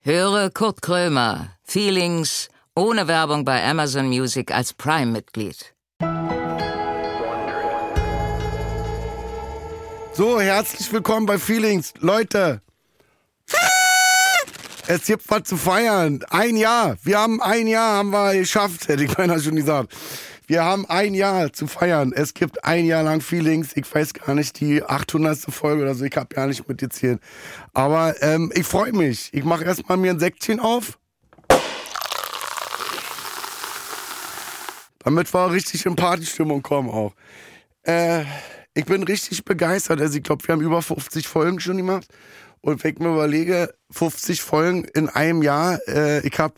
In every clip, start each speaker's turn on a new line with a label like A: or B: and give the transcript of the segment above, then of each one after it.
A: Höre Kurt Krömer, Feelings, ohne Werbung bei Amazon Music als Prime-Mitglied.
B: So, herzlich willkommen bei Feelings. Leute, es gibt was zu feiern. Ein Jahr. Wir haben ein Jahr, haben wir geschafft, hätte ich beinahe schon gesagt. Wir haben ein Jahr zu feiern. Es gibt ein Jahr lang Feelings. Ich weiß gar nicht, die 800. Folge oder so. Ich habe ja nicht mitgezählt. Aber ähm, ich freue mich. Ich mache erstmal mir ein Säckchen auf. Damit wir richtig in Partystimmung kommen auch. Äh, ich bin richtig begeistert. Also ich glaube, wir haben über 50 Folgen schon gemacht. Und wenn ich mir überlege, 50 Folgen in einem Jahr, äh, ich habe,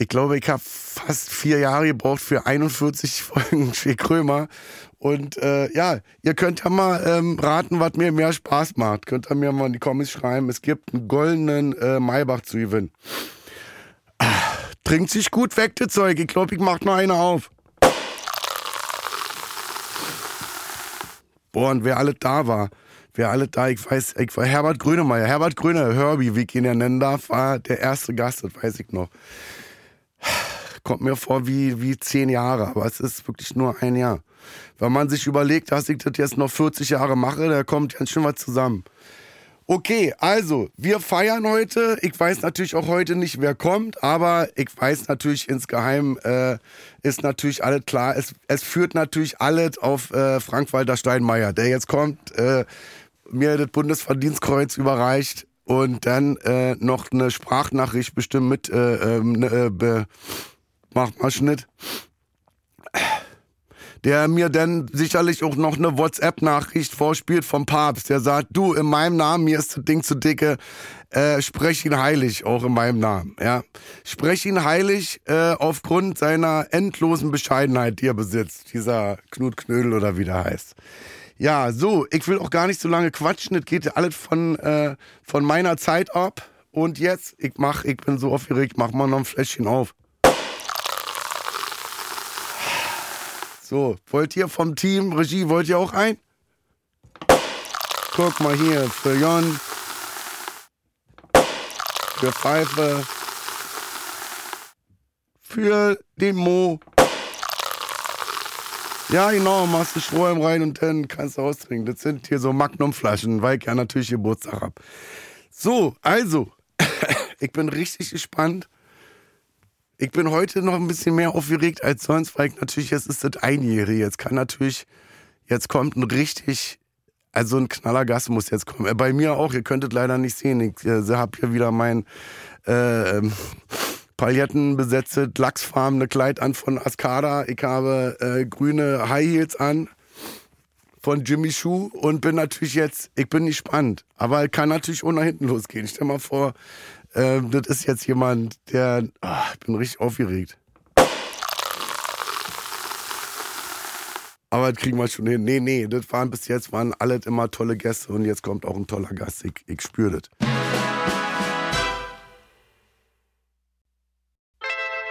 B: ich glaube, ich habe fast vier Jahre gebraucht für 41 Folgen Schick Krömer. Und äh, ja, ihr könnt ja mal ähm, raten, was mir mehr Spaß macht. Könnt ihr mir mal in die Comments schreiben. Es gibt einen goldenen äh, Maybach zu gewinnen. Ah, trinkt sich gut weg, das Zeug. Ich glaube, ich mach noch eine auf. Boah, und wer alle da war, wer alle da, ich weiß, ich war Herbert Grönemeyer, Herbert Gröne, Herbie, wie ich ihn ja nennen darf, war der erste Gast, das weiß ich noch. Kommt mir vor wie, wie zehn Jahre, aber es ist wirklich nur ein Jahr. Wenn man sich überlegt, dass ich das jetzt noch 40 Jahre mache, da kommt ganz schön was zusammen. Okay, also, wir feiern heute. Ich weiß natürlich auch heute nicht, wer kommt, aber ich weiß natürlich insgeheim, äh, ist natürlich alles klar. Es, es führt natürlich alles auf äh, Frank-Walter Steinmeier, der jetzt kommt, äh, mir das Bundesverdienstkreuz überreicht und dann äh, noch eine Sprachnachricht bestimmt mit, äh, ähm, ne, äh, be- mach mal Schnitt der mir dann sicherlich auch noch eine WhatsApp-Nachricht vorspielt vom Papst, der sagt, du, in meinem Namen, mir ist das Ding zu dicke, äh, sprech ihn heilig, auch in meinem Namen, ja. Sprech ihn heilig äh, aufgrund seiner endlosen Bescheidenheit, die er besitzt, dieser Knut Knödel oder wie der heißt. Ja, so, ich will auch gar nicht so lange quatschen, das geht ja alles von, äh, von meiner Zeit ab. Und jetzt, ich mach, ich bin so aufgeregt, mach mal noch ein Fläschchen auf. So, wollt ihr vom Team, Regie, wollt ihr auch ein? Guck mal hier, für Jon, für Pfeife, für den Mo. Ja, genau, machst du Strohhalm rein und dann kannst du austrinken. Das sind hier so Magnumflaschen, weil ich ja natürlich Geburtstag hab. So, also, ich bin richtig gespannt. Ich bin heute noch ein bisschen mehr aufgeregt als sonst, weil ich natürlich, jetzt ist das Einjährige. Jetzt kann natürlich, jetzt kommt ein richtig, also ein knaller Gast muss jetzt kommen. Äh, Bei mir auch, ihr könntet leider nicht sehen. Ich äh, habe hier wieder mein äh, ähm, Pailletten besetzte, lachsfarbene Kleid an von Ascada. Ich habe äh, grüne High Heels an von Jimmy Schuh und bin natürlich jetzt, ich bin gespannt, aber kann natürlich auch nach hinten losgehen. Stell mal vor, ähm, das ist jetzt jemand, der, ah, ich bin richtig aufgeregt. Aber das kriegen wir schon hin. Nee, nee, das waren bis jetzt waren alle immer tolle Gäste und jetzt kommt auch ein toller Gast. Ich, ich spüre das.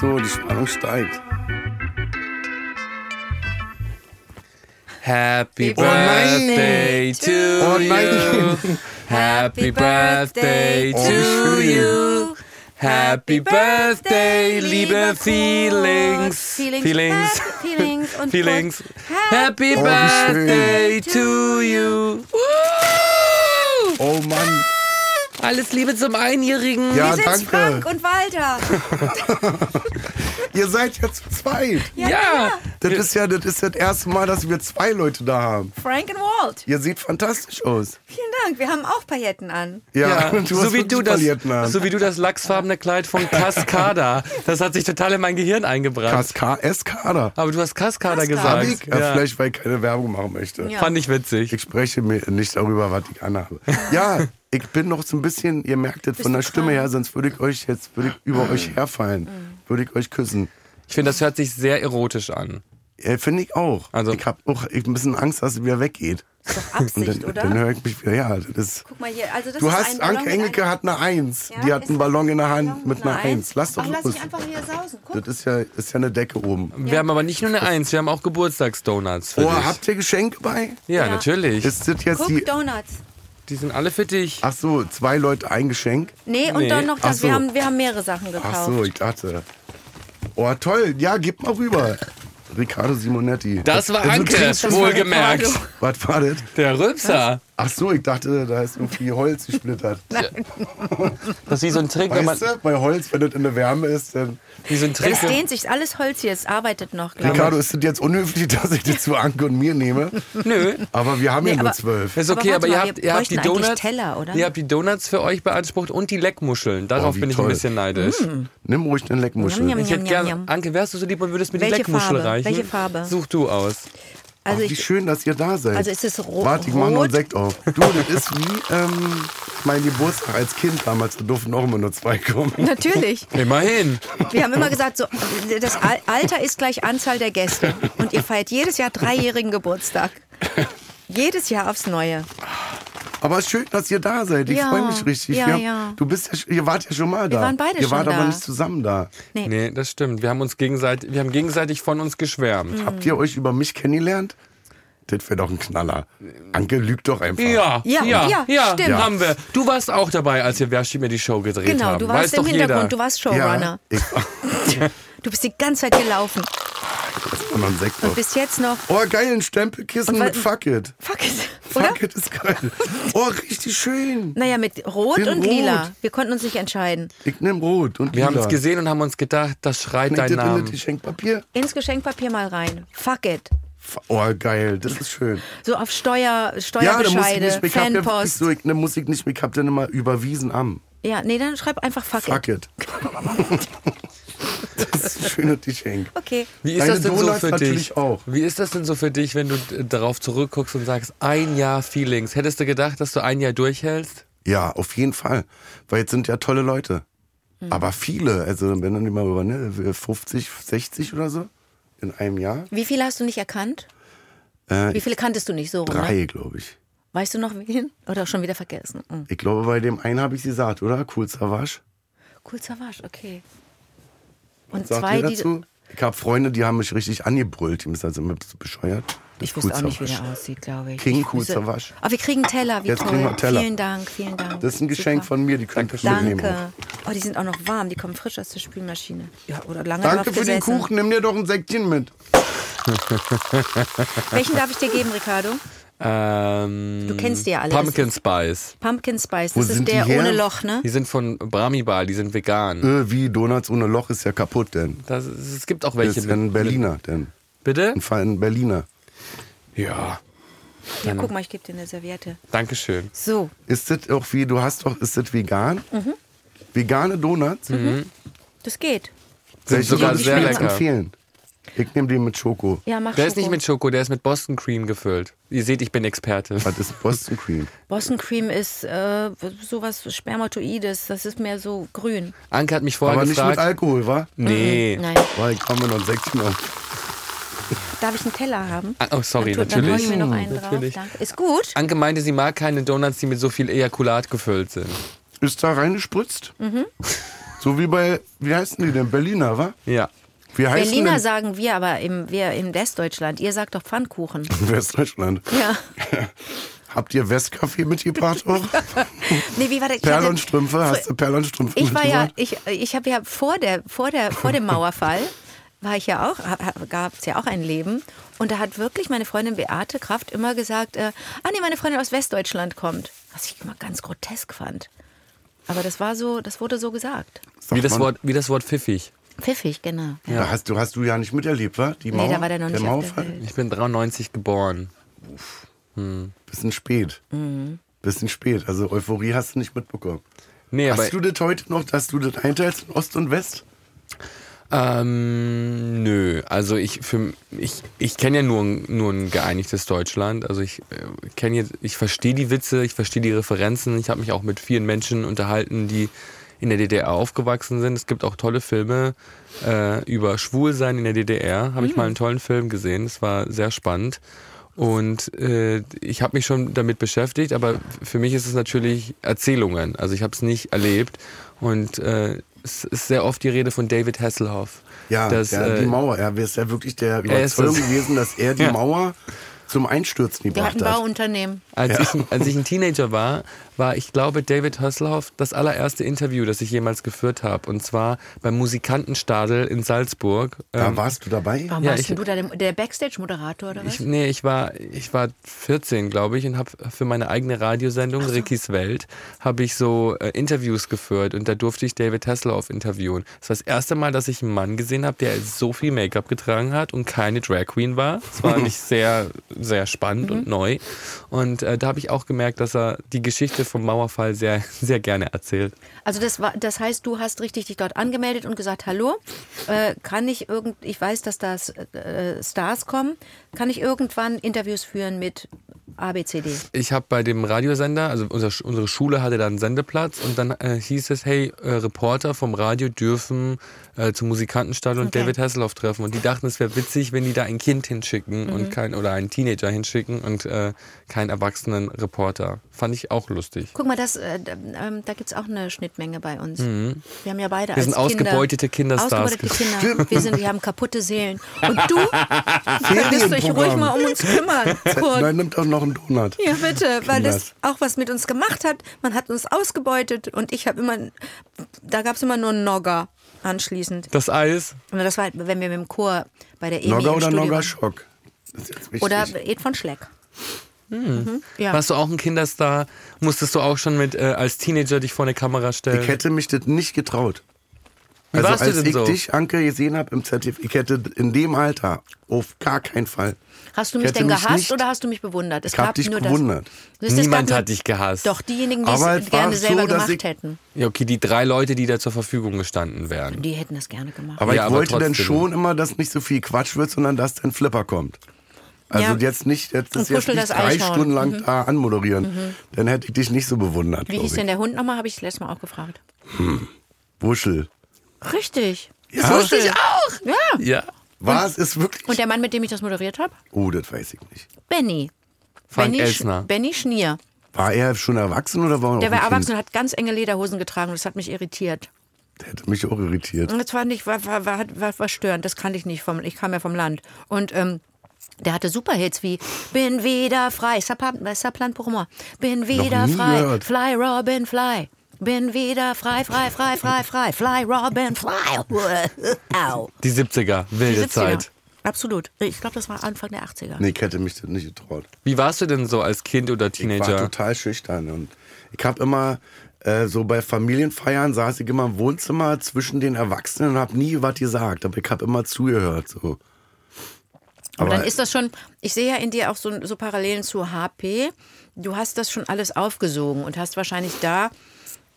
B: So, die Spannung steigt.
C: Happy
B: nein.
C: birthday to
B: Oh nein.
C: you. Happy birthday
B: Oh, wie
C: to
B: schön.
C: you. Happy birthday, liebe Feelings.
D: Feelings.
C: Feelings.
D: Happy Feelings und
C: Feelings.
D: Happy
C: Happy
B: Oh, wie schön.
C: birthday to you. Woo!
B: Oh Mann.
C: Alles Liebe zum Einjährigen.
B: Ja,
D: Wir sind
B: danke.
D: Frank und Walter.
B: Ihr seid ja zu zweit.
C: Ja.
B: Das ist ja das, ist das erste Mal, dass wir zwei Leute da haben.
D: Frank und Walt.
B: Ihr seht fantastisch aus.
D: Vielen Frank, wir haben auch Pailletten an.
B: Ja,
C: Ja,
B: und
C: so,
B: hast
C: wie du
B: wirklich
C: das,
B: Pailletten an.
C: so wie du das lachsfarbene Kleid von Cascada. Das hat sich total in mein Gehirn eingebrannt.
B: Kaska, Eskader.
C: Aber du hast Cascada
B: Hab
C: gesagt.
B: ich? Ja.
C: Ah, Ja.
B: Vielleicht, weil ich keine Werbung machen möchte.
D: Ja.
C: Fand ich witzig.
B: Ich spreche mir nicht darüber, was ich anhabe. Ja, ich bin noch so ein bisschen, ihr merkt es von der Stimme her, sonst würde ich euch jetzt, würde ich über
D: Ah.
B: euch herfallen. Würde ich euch küssen.
C: Ich finde, das hört sich sehr erotisch an.
B: Äh, Finde ich auch.
C: Also-
B: ich habe auch ich ein bisschen Angst, dass es wieder weggeht.
D: Ist doch Absicht,
B: Und dann,
D: oder?
B: dann höre ich mich wieder, ja, das ist...
D: Guck mal hier, also das
B: Du
D: ist
B: hast,
D: ein
B: Anke
D: Ballon
B: Engelke hat eine Eins.
D: Ja,
B: Die hat
D: ist
B: einen Ballon in der
D: ein
B: Hand
D: Ballon
B: mit einer Eins. Lass doch
D: Ach, lass
B: los.
D: mich einfach hier sausen. Guck.
B: Das ist ja, ist ja eine Decke oben.
C: Wir haben aber nicht nur eine Eins, wir haben auch Geburtstagsdonuts für
B: Oh,
C: dich.
B: habt ihr Geschenke bei?
C: ja,
D: Ja.
C: natürlich.
B: Ist das jetzt
D: Guck,
B: die...
D: Donuts.
C: Die sind alle für dich.
B: Ach so, zwei Leute ein Geschenk?
D: Nee, und
C: Nee.
D: dann noch das.
B: Ach so.
D: Wir, haben, wir haben mehrere Sachen gekauft.
B: Ach so, ich dachte. Oh, toll. Ja, gib mal rüber. Riccardo Simonetti.
C: Das war
B: Also,
C: Anke,
B: kriegst du-
C: wohlgemerkt.
B: Was war das?
C: Der Rübser.
B: Ach so, ich dachte, da ist irgendwie Holz gesplittert.
C: Das ist wie so ein Trick, wenn man,
B: Weißt du, bei Holz, wenn das in der Wärme ist, dann...
C: wie so ein Trick,
D: Es dehnt sich alles Holz hier, es arbeitet noch, glaube ich.
B: Riccardo, ist das jetzt unhöflich, dass ich das zu Anke und mir nehme?
C: Nö.
B: Aber wir haben ja
D: Nee,
B: nur
D: aber-
B: zwölf.
C: Ist okay, aber,
D: Aber warte
C: ihr,
D: mal,
C: habt,
D: wir
C: ihr habt die
D: bräuchten eigentlich
C: Donuts.
D: Teller, oder?
C: Ihr habt die Donuts für euch beansprucht und die Leckmuscheln. Darauf
B: Oh, wie
C: bin ich ein
B: toll.
C: bisschen neidisch.
B: Nimm ruhig den Leckmuschel.
D: Mm, Yum, yum,
C: Ich hätte
D: yum,
C: gern,
D: yum.
C: Anke, wärst du so lieb und würdest mir die
D: Welche
C: Leckmuschel
D: Farbe?
C: reichen?
D: Welche Farbe?
C: Such du aus.
B: Ach,
D: Also
B: wie
D: ich,
B: schön, dass ihr da seid.
D: Also ist es ro-
B: Warte, ich mach noch einen
D: rot?
B: Sekt auf. Du, das ist wie ähm, mein Geburtstag als Kind damals. Da durften auch immer nur zwei kommen.
D: Ne. natürlich.
C: Immerhin.
D: Wir haben immer gesagt, so, das Al- Alter ist gleich Anzahl der Gäste. Und ihr feiert jedes Jahr dreijährigen Geburtstag. Jedes Jahr aufs Neue.
B: Aber schön, dass ihr da seid. Ich
D: Ja,
B: freue mich richtig.
D: ja,
B: Wir haben-
D: ja.
B: Du bist ja, sch- ihr wart ja schon mal da.
D: waren beide
B: Ihr wart
D: schon
B: aber
D: da.
B: nicht zusammen da.
D: Nee.
C: Nee, das stimmt. Wir haben uns gegenseitig, wir haben gegenseitig von uns geschwärmt.
D: Hm.
B: Habt ihr euch über mich kennengelernt? Das wäre doch ein Knaller. Anke lügt doch einfach.
C: Ja, ja,
D: Ja,
C: ja,
D: ja, stimmt.
B: Ja.
C: haben wir. Du warst auch dabei, als wir Wer steht mir die Show gedreht
D: Genau,
C: haben.
D: du warst
C: Weiß
D: im
C: doch
D: Hintergrund,
C: jeder.
D: du warst
B: Ja,
D: Showrunner.
B: ich
D: Du bist die ganze Zeit gelaufen.
B: das war noch ein Sekt
D: Und
B: auf.
D: bis jetzt noch.
B: Oh, geil, ein Stempelkissen
D: Und wa-
B: mit Fuck It.
D: Fuck it, oder?
B: Fuck It ist geil. Oh, richtig schön.
D: Naja, mit Rot
B: Mit
D: und
B: Rot.
D: Lila. Wir konnten uns nicht entscheiden.
B: Ich nehm Rot und
C: Wir haben
B: lila.
C: es gesehen und haben uns gedacht, das schreit
B: Knackt
C: dein
B: das in
C: Name.
B: das Geschenkpapier?
D: Ins Geschenkpapier mal rein. Fuck it.
B: F- Oh, geil, das ist schön.
D: So auf
B: Ja, da
D: Steuer,
B: muss ich nicht,
D: Steuerbescheide,
B: ich hab ja wirklich
D: Fanpost.
B: so, ich, ne, muss ich nicht, ich hab dann immer überwiesen am.
D: Ja, nee, dann schreib einfach Fuck,
B: Fuck it. das ist ein schönes Geschenk.
D: Okay.
C: Wie ist
B: Deine
C: das denn
B: Donuts
C: so für
B: natürlich
C: dich?
B: auch.
C: Wie ist das denn so für dich, wenn du d- darauf zurückguckst und sagst, ein Jahr Feelings? Hättest du gedacht, dass du ein Jahr durchhältst?
B: Ja, auf jeden Fall. Weil jetzt sind ja tolle Leute.
D: Hm.
B: Aber viele, also wenn dann immer über ne, 50, 60 oder so in einem Jahr.
D: Wie viele hast du nicht erkannt?
B: Äh,
D: Wie viele kanntest du nicht so? rum, Ne?
B: drei, glaube ich.
D: Weißt du noch wen? Oder schon wieder vergessen? Mhm.
B: Ich glaube, bei dem einen habe ich sie gesagt, oder? Cool Savage.
D: Cool, Savage, okay. Und
B: Sagt
D: zwei,
B: ihr
D: die.
B: dazu? Ich habe Freunde, die haben mich richtig angebrüllt. Die müssen also immer so bescheuert.
D: Ich
B: Das
D: wüsste auch nicht, wie
B: Savage.
D: der aussieht, glaube ich.
B: King
D: Ich
B: Cool
D: wüsste-
B: Savage.
D: Oh, wir kriegen einen Teller, wie
B: Jetzt
D: toll.
B: kriegen wir einen Teller.
D: Vielen Dank, vielen Dank.
B: Das ist ein Geschenk
D: Super.
B: von mir, die könnt ihr schon mitnehmen.
D: Danke. Oh, die sind auch noch warm, die kommen frisch aus der Spülmaschine. Ja, oder lange
B: Danke
D: drauf
B: für den
D: gesessen.
B: Kuchen, nimm dir doch ein Säckchen mit.
D: Welchen darf ich dir geben, Ricardo?
C: Ähm,
D: Du kennst die ja alle. Das
C: Pumpkin Spice.
D: Pumpkin Spice,
B: Wo
D: das
B: sind
D: ist
B: die
D: der
B: her?
D: ohne Loch, ne?
C: Die sind von Brahmi Bar, die sind vegan.
B: Äh, wie Donuts ohne Loch ist ja kaputt, denn.
C: Das, ist- es gibt auch
B: Das
C: welche.
B: ist ein Berliner, denn.
C: Bitte?
B: Ein Fall in Berliner.
C: Ja.
D: Ja, guck mal, ich gebe dir eine Serviette.
C: Dankeschön.
D: So,
B: Ist das auch wie, du hast doch, ist das vegan?
D: Mhm.
B: Vegane Donuts?
D: das geht.
C: Sind
B: Welche
C: Mhm. sogar
B: würdest du
C: sehr
B: mir jetzt
C: lecker.
B: empfehlen? Ich nehme die mit Schoko.
D: Ja, mach
C: Der
D: Schoko.
C: ist nicht mit Schoko, der ist mit Boston Cream gefüllt. Ihr seht, ich bin Experte.
B: Das ist Boston Cream.
D: Boston Cream ist äh, sowas Spermatoides, das ist mehr so grün.
C: Anke hat mich vorher
B: Aber nicht
C: gefragt.
B: mit Alkohol, wa?
C: nee.
D: Nein.
B: Weil ich komme noch ein Säckchen auf.
D: Darf ich einen Teller haben?
C: Ah, Oh, sorry,
D: dann, tu- Dann hol ich
C: natürlich.
D: mir noch einen
C: Natürlich.
D: drauf. Danke. Ist gut.
C: Anke meinte, sie mag keine Donuts, die mit so viel Ejakulat gefüllt sind.
B: Ist da reingespritzt?
D: Mhm.
B: So wie bei, wie heißen die denn? Berliner, wa?
C: Ja.
B: Wie heißen
D: Berliner
B: denn?
D: sagen wir, aber im, wir im Westdeutschland. Ihr sagt doch Pfannkuchen.
B: Westdeutschland.
D: Ja.
B: Habt ihr Westkaffee mitgebracht auch?
D: Nee, wie war der? ich hatte-
B: Perlen und Strümpfe? Hast du Perlen und Strümpfe
D: Ich war ja,
B: mitgebracht?
D: ich, ich habe ja vor, der, vor, der, vor dem Mauerfall, war ich ja auch, gab es ja auch ein Leben. Und da hat wirklich meine Freundin Beate Kraft immer gesagt, äh, ah nee, meine Freundin aus Westdeutschland kommt. Was ich immer ganz grotesk fand. Aber das war so, das wurde so gesagt.
B: Sagt
C: Wie das,
B: man-
C: Wort, wie das Wort pfiffig.
D: Pfiffig, genau.
B: Da hast du, hast du ja nicht miterlebt, wa? Die Mauer,
D: nee, da war der noch nicht auf der
B: Mauerfall?
D: Welt.
C: Ich bin 93 geboren.
D: Mhm.
B: Bisschen spät. Bisschen spät. Also Euphorie hast du nicht mitbekommen.
C: Nee, aber,
B: hast du das heute noch, dass du das einteilst in Ost und West?
C: ähm, nö. Also ich, für, ich, ich kenne ja nur, ein- nur ein geeinigtes Deutschland. Also ich äh, kenne jetzt, ich verstehe die Witze, ich verstehe die Referenzen. Ich habe mich auch mit vielen Menschen unterhalten, die in der DDR aufgewachsen sind. Es gibt auch tolle Filme äh, über Schwulsein in der DDR. Habe
B: Hm.
C: ich mal einen tollen Film gesehen. Das war sehr spannend. Und äh, ich habe mich schon damit beschäftigt, aber für mich ist es natürlich Erzählungen. Also ich habe es nicht erlebt. Und äh, es ist sehr oft die Rede von David Hasselhoff.
B: Ja,
C: dass,
B: der,
C: äh,
B: die Mauer. Er ist ja wirklich der
C: ist das-
B: Überzeugung gewesen, dass er die
C: Ja.
B: Mauer zum Einstürzen
D: Der hat ein
B: gebracht hat.
D: Bauunternehmen.
C: Als, ich, als ich ein Teenager war, war ich glaube David Hasselhoff das allererste Interview, das ich jemals geführt habe. Und zwar beim Musikantenstadel in Salzburg.
B: Da
C: Ähm,
B: warst du dabei?
D: Warum
C: Ja,
D: warst
C: ich-
D: denn du da der- der Backstage-Moderator oder was?
C: Ich, nee, ich war, ich war 14, glaube ich, und habe für meine eigene Radiosendung Rickys Welt habe ich so äh, Interviews geführt und da durfte ich David Hasselhoff interviewen. Das war das erste Mal, dass ich einen Mann gesehen habe, der so viel Make-up getragen hat und keine Drag Queen war. Das war nicht sehr, sehr spannend und neu. Und äh, da habe ich auch gemerkt, dass er die Geschichte vom Mauerfall sehr, sehr gerne erzählt.
D: Also das war, das heißt, du hast richtig dich dort angemeldet und gesagt, hallo, äh, kann ich irgend, ich weiß, dass da äh, Stars kommen, kann ich irgendwann Interviews führen mit ABCD?
C: ich habe bei dem Radiosender, also unser, unsere Schule hatte da einen Sendeplatz und dann äh, hieß es, hey, äh, Reporter vom Radio dürfen äh, zum Musikantenstall und
D: Okay.
C: David Hasselhoff treffen. Und die dachten, es wäre witzig, wenn die da ein Kind hinschicken und kein, oder einen Teenager hinschicken und äh, keinen erwachsenen Reporter. Fand ich auch lustig.
D: Guck mal, das, äh, d- ähm, da gibt's auch eine Schnittmenge bei uns. Wir haben ja beide
C: Mhm. Wir
D: als
C: sind
D: Kinder,
C: ausgebeutete Kinderstars
D: Ausgebeutete
C: gewesen.
D: Kinder. Wir, sind, wir haben kaputte Seelen. Und du könntest dich ruhig
B: Programm.
D: mal um uns kümmern, Kurt.
B: Nein, nimmt auch noch einen Donut.
D: Ja, bitte, weil das
B: Kinders.
D: auch was mit uns gemacht hat. Man hat uns ausgebeutet und ich habe immer, da gab's immer nur einen Nogger anschließend.
C: Das Eis,
D: Und das war, halt, wenn wir mit dem Chor bei der Emi
B: Nogger
D: im
B: oder
D: Studio
B: Nogger
D: waren.
B: Schock? Das ist jetzt wichtig.
D: Oder Ed von Schleck.
B: Hm.
D: Mhm. Ja.
C: warst du auch ein Kinderstar? Musstest du auch schon mit äh, als Teenager dich vor eine Kamera
B: ich
C: stellen?
B: hätte mich das nicht getraut.
C: Wie
B: also
C: warst du
B: als
C: denn
B: ich
C: so?
B: dich, Anke, gesehen habe im ZDF, ich hätte in dem Alter auf gar keinen Fall.
D: Hast du
B: Ich
D: mich
B: hätte
D: denn
B: mich
D: gehasst
B: nicht-
D: oder hast du mich bewundert? Es
B: Ich hab dich bewundert.
D: Das. Siehst du, es
C: Niemand
D: gab
C: hat dich gehasst.
D: Doch, diejenigen, die
B: Aber
D: es
B: es war
D: gerne selber
B: so, dass
D: gemacht
B: ich-
D: hätten,
C: Ja, okay, die drei Leute, die da zur Verfügung gestanden wären.
D: die hätten es gerne gemacht.
B: Aber
C: Ja,
B: ich
C: aber
B: wollte dann
C: trotzdem.
B: schon immer, dass nicht so viel Quatsch wird, sondern dass dein Flipper kommt. Also
D: Ja.
B: jetzt nicht, jetzt
D: Und
B: ist jetzt
D: kuschel
B: nicht
D: das
B: drei
D: Eichhorn.
B: Stunden lang da anmoderieren. Dann hätte ich dich nicht so bewundert.
D: Wie
B: glaub
D: hieß
B: ich.
D: denn der Hund nochmal? Habe ich letztes Mal auch gefragt.
B: Wuschel.
D: Richtig.
B: Ja.
D: wusste ich auch. Ja.
C: Ja.
B: War es ist wirklich.
D: Und der Mann, mit dem ich das moderiert habe?
B: oh, das weiß ich nicht.
D: Benny.
C: Frank
D: Benny, Sch-
C: Elsner.
D: Benny Schnier.
B: War er schon erwachsen oder war er
D: Der
B: noch
D: war
B: ein
D: erwachsen und hat ganz enge Lederhosen getragen. Das hat mich irritiert.
B: Kind? Der hätte mich auch irritiert.
D: Und Das war nicht, war, war, war, war, war störend, das kannte ich nicht vom, ich kam ja vom Land. Und ähm, der hatte Superhits wie Bin wieder frei, ça pa- ça plan pour moi. Bin wieder
B: nie
D: frei,
B: gehört.
D: fly Robin fly. Bin wieder frei, frei, frei, frei, frei, fly Robin fly. Au.
C: Die 70er, wilde
D: 70er.
C: Zeit.
D: Absolut. Ich glaube, das war Anfang der 80er.
B: Nee, ich hätte mich das nicht getraut.
C: Wie warst du denn so als Kind oder
B: Ich war
C: Teenager?
B: total schüchtern und ich habe immer äh, so bei Familienfeiern saß ich immer im Wohnzimmer zwischen den Erwachsenen und habe nie was gesagt, aber ich habe immer zugehört. So.
D: Aber dann ist das schon, ich sehe ja in dir auch so, so Parallelen zu HP. Du hast das schon alles aufgesogen und hast wahrscheinlich da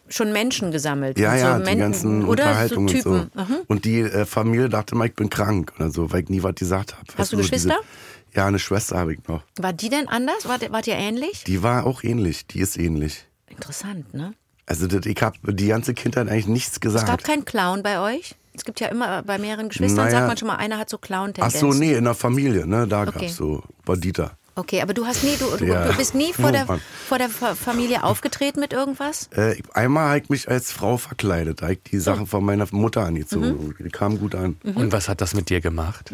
D: schon Menschen gesammelt.
B: ja,
D: Und
B: ja,
D: so
B: die
D: Men-
B: ganzen
D: oder
B: Unterhaltungen
D: so Typen. Mhm.
B: und so.
D: Aha.
B: Und die äh, Familie dachte immer, ich bin krank oder so, weil ich nie was gesagt habe.
D: Hast du Geschwister?
B: Diese, ja, eine Schwester habe ich noch.
D: War die denn anders? Wart, wart ihr ähnlich?
B: Die war auch ähnlich, die ist ähnlich.
D: Interessant, ne?
B: Also das, ich habe die ganze Kindheit eigentlich nichts
D: Es gab
B: gesagt.
D: keinen Clown bei euch? Es gibt ja immer bei mehreren Geschwistern,
B: Naja.
D: sagt man schon mal, einer hat so
B: Ach
D: Clown-Tendenz.
B: so, nee, in der Familie, ne, da
D: Okay.
B: gab's so, war Dieter.
D: Okay, aber du hast nie, du, du,
B: Ja.
D: du bist nie vor der,
B: Oh Mann.
D: vor der Fa- Familie aufgetreten mit irgendwas?
B: Äh, ich- einmal habe ich mich als Frau verkleidet. Da habe ich die Sachen von meiner Mutter angezogen.
D: Mhm.
B: Die kamen gut an.
C: Und was hat das mit dir gemacht?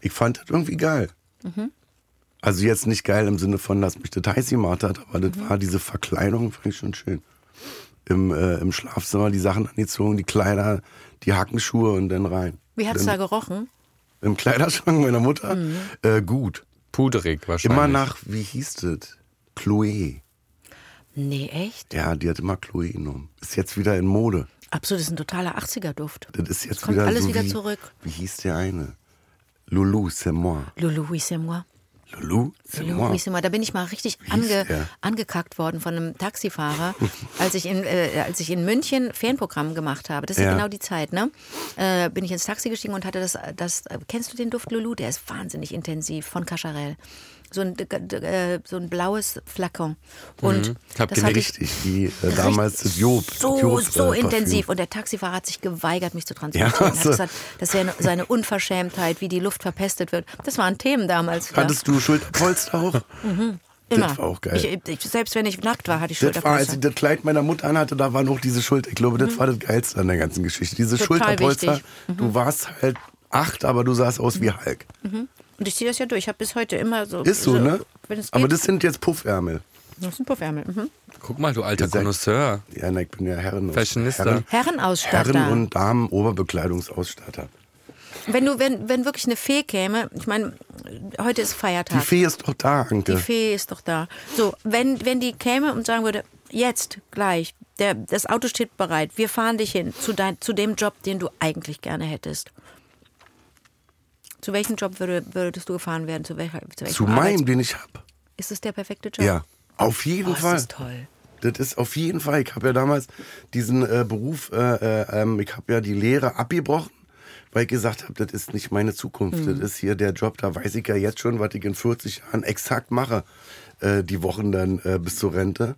B: Ich fand das irgendwie geil.
D: Mhm.
B: Also jetzt nicht geil im Sinne von, dass mich das heiß gemacht hat, aber
D: Mhm.
B: das war diese Verkleidung, fand ich schon schön. Im, äh, Im Schlafzimmer die Sachen angezogen, die Kleider, die Hackenschuhe und dann rein.
D: Wie hat's da Mhm. gerochen?
B: Im Kleiderschrank meiner Mutter? Äh, gut.
C: Puderig wahrscheinlich.
B: Immer nach, wie hieß das? Chloe.
D: Nee, echt?
B: Ja, die hat immer Chloe genommen. Ist jetzt wieder in Mode.
D: Absolut, das ist ein totaler 80er-Duft.
B: Das ist jetzt
D: kommt
B: wieder
D: alles
B: so
D: wieder
B: wie,
D: zurück.
B: Wie hieß der eine? Lulu, c'est moi.
D: Lulu, oui, c'est moi.
B: Lulu, c'est moi.
D: Louis Simon, da bin ich mal richtig
B: Wie hieß
D: ange,
B: der?
D: angekackt worden von einem Taxifahrer, als ich in, äh, als ich in München Fernprogramm gemacht habe. Das ist ja.
B: Ja.
D: genau die Zeit, ne? Äh, bin ich ins Taxi gestiegen und hatte das, das, äh, kennst du den Duft Lulu? Der ist wahnsinnig intensiv von Cacharel. So ein, d- d- äh, so ein blaues Flakon. Und
B: Mhm.
C: Ich hab
D: das hatte ich
B: Richtig, wie äh, damals das Job.
D: so,
B: Job, äh,
D: so
B: Parfüm.
D: intensiv. Und der Taxifahrer hat sich geweigert, mich zu transportieren.
B: Ja, also
D: Er hat
B: so.
D: gesagt, das wäre eine- seine Unverschämtheit, wie die Luft verpestet wird. Das waren Themen damals. ja.
B: Hattest du Schulterpolster auch?
D: Immer.
B: Das war auch geil.
D: Ich, ich, selbst wenn ich nackt war, hatte ich
B: Das war, also als
D: Schulterpolster.
B: ich das Kleid meiner Mutter anhatte, da waren auch diese Schulter. Ich glaube, das war das Geilste an der ganzen Geschichte. Diese
D: Mhm. Total
B: Schulterpolster.
D: wichtig. Mhm.
B: Du warst halt acht, aber du sahst aus wie Hulk.
D: Und ich ziehe das ja durch. Ich habe bis heute immer so.
B: Ist so, ne?
D: Also, Wenn es geht,
B: Aber das sind jetzt Puffärmel.
D: das sind Puffärmel. Mhm.
C: Guck mal, du alter
B: Ihr seid-
C: Connoisseur.
B: Ja, ne, ich bin ja Herren.
C: Fashionista.
B: Herren,
D: Herrenausstatter.
B: Herren und Damen Oberbekleidungsausstatter.
D: wenn, du, wenn, wenn wirklich eine Fee käme, ich meine, heute ist
B: Die
D: Feiertag.
B: Fee ist doch da,
D: Die
B: Anke.
D: Fee ist doch da. So, wenn, wenn die käme und sagen würde, jetzt, gleich, der, das Auto steht bereit, wir fahren dich hin zu, dein, zu dem Job, den du eigentlich gerne hättest. Zu welchem Job würde, würdest du gefahren werden? Zu, welcher, zu welchem
B: Zu meinem, den ich hab.
D: Ist es der perfekte Job?
B: Ja. Auf jeden
D: Oh, ist
B: Fall.
D: das toll.
B: Das ist auf jeden Fall. Ich habe ja damals diesen äh, Beruf, äh, äh, ähm, ich habe ja die Lehre abgebrochen, weil ich gesagt habe, das ist nicht meine Zukunft.
D: Hm.
B: Das ist hier der Job, da weiß ich ja jetzt schon, was ich in 40 Jahren exakt mache, äh, die Wochen dann äh, bis zur Rente.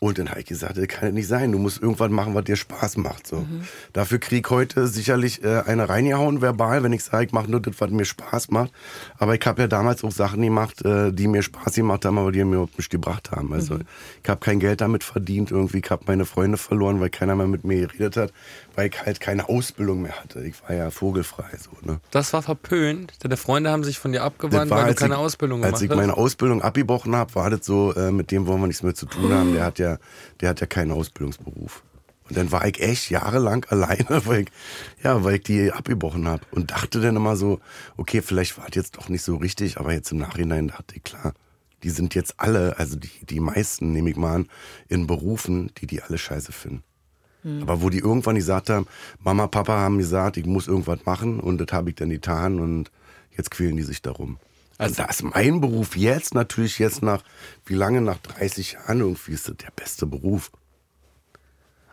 B: Und dann habe ich gesagt, das kann ja nicht sein. Du musst irgendwas machen, was dir Spaß macht. So. Dafür krieg ich heute sicherlich äh, eine reingehauen verbal, wenn ich sage, ich mache nur das, was mir Spaß macht. Aber ich habe ja damals auch Sachen gemacht, äh, die mir Spaß gemacht haben, aber die mir überhaupt nicht gebracht haben. Also ich habe kein Geld damit verdient irgendwie. Ich habe meine Freunde verloren, weil keiner mehr mit mir geredet hat, weil ich halt keine Ausbildung mehr hatte. Ich war ja vogelfrei. So, ne?
C: Das war verpönt. Deine Freunde haben sich von dir
B: Das
C: abgewandt,
B: war,
C: weil du
B: als
C: keine
B: ich,
C: Ausbildung
B: Als
C: gemacht
B: ich
C: hast.
B: meine Ausbildung abgebrochen habe, war das so, äh, mit dem wollen wir nichts mehr zu tun haben. Der hat ja, der hat ja keinen Ausbildungsberuf. Und dann war ich echt jahrelang alleine, weil ich, ja, weil ich die abgebrochen habe. Und dachte dann immer so, okay, vielleicht war das jetzt doch nicht so richtig, aber jetzt im Nachhinein dachte ich, klar, die sind jetzt alle, also die, die meisten, nehme ich mal an, in Berufen, die die alle scheiße finden. Aber wo die irgendwann gesagt haben, Mama, Papa haben gesagt, ich muss irgendwas machen und das habe ich dann getan und jetzt quälen die sich darum. Also da ist mein Beruf jetzt natürlich jetzt nach, wie lange, nach 30 Jahren irgendwie ist das der beste Beruf.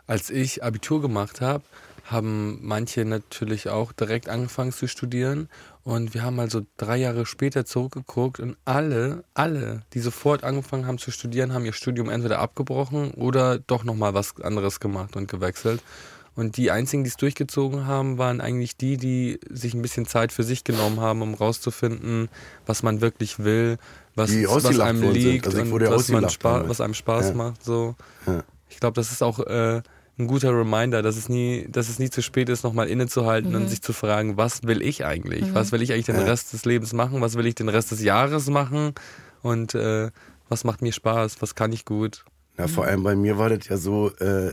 C: Als ich Abitur gemacht habe, haben manche natürlich auch direkt angefangen zu studieren. Und wir haben also drei Jahre später zurückgeguckt und alle, alle, die sofort angefangen haben zu studieren, haben ihr Studium entweder abgebrochen oder doch nochmal was anderes gemacht und gewechselt. Und die einzigen, die es durchgezogen haben, waren eigentlich die, die sich ein bisschen Zeit für sich genommen haben, um rauszufinden, was man wirklich will, was,
B: Die
C: was
B: ausgelacht
C: einem
B: worden sind.
C: liegt
B: Also ich
C: und
B: wurde ja
C: was, man
B: ausgelacht
C: spa
B: damals.
C: was einem Spaß
B: Ja.
C: macht. So.
B: Ja.
C: Ich glaube, das ist auch äh, ein guter Reminder, dass es nie, dass es nie zu spät ist, nochmal innezuhalten und sich zu fragen, was will ich eigentlich? Was will ich eigentlich den Rest des Lebens machen? Was will ich den Rest des Jahres machen? Und äh, was macht mir Spaß? Was kann ich gut?
B: Ja, vor allem bei mir war das ja so, äh,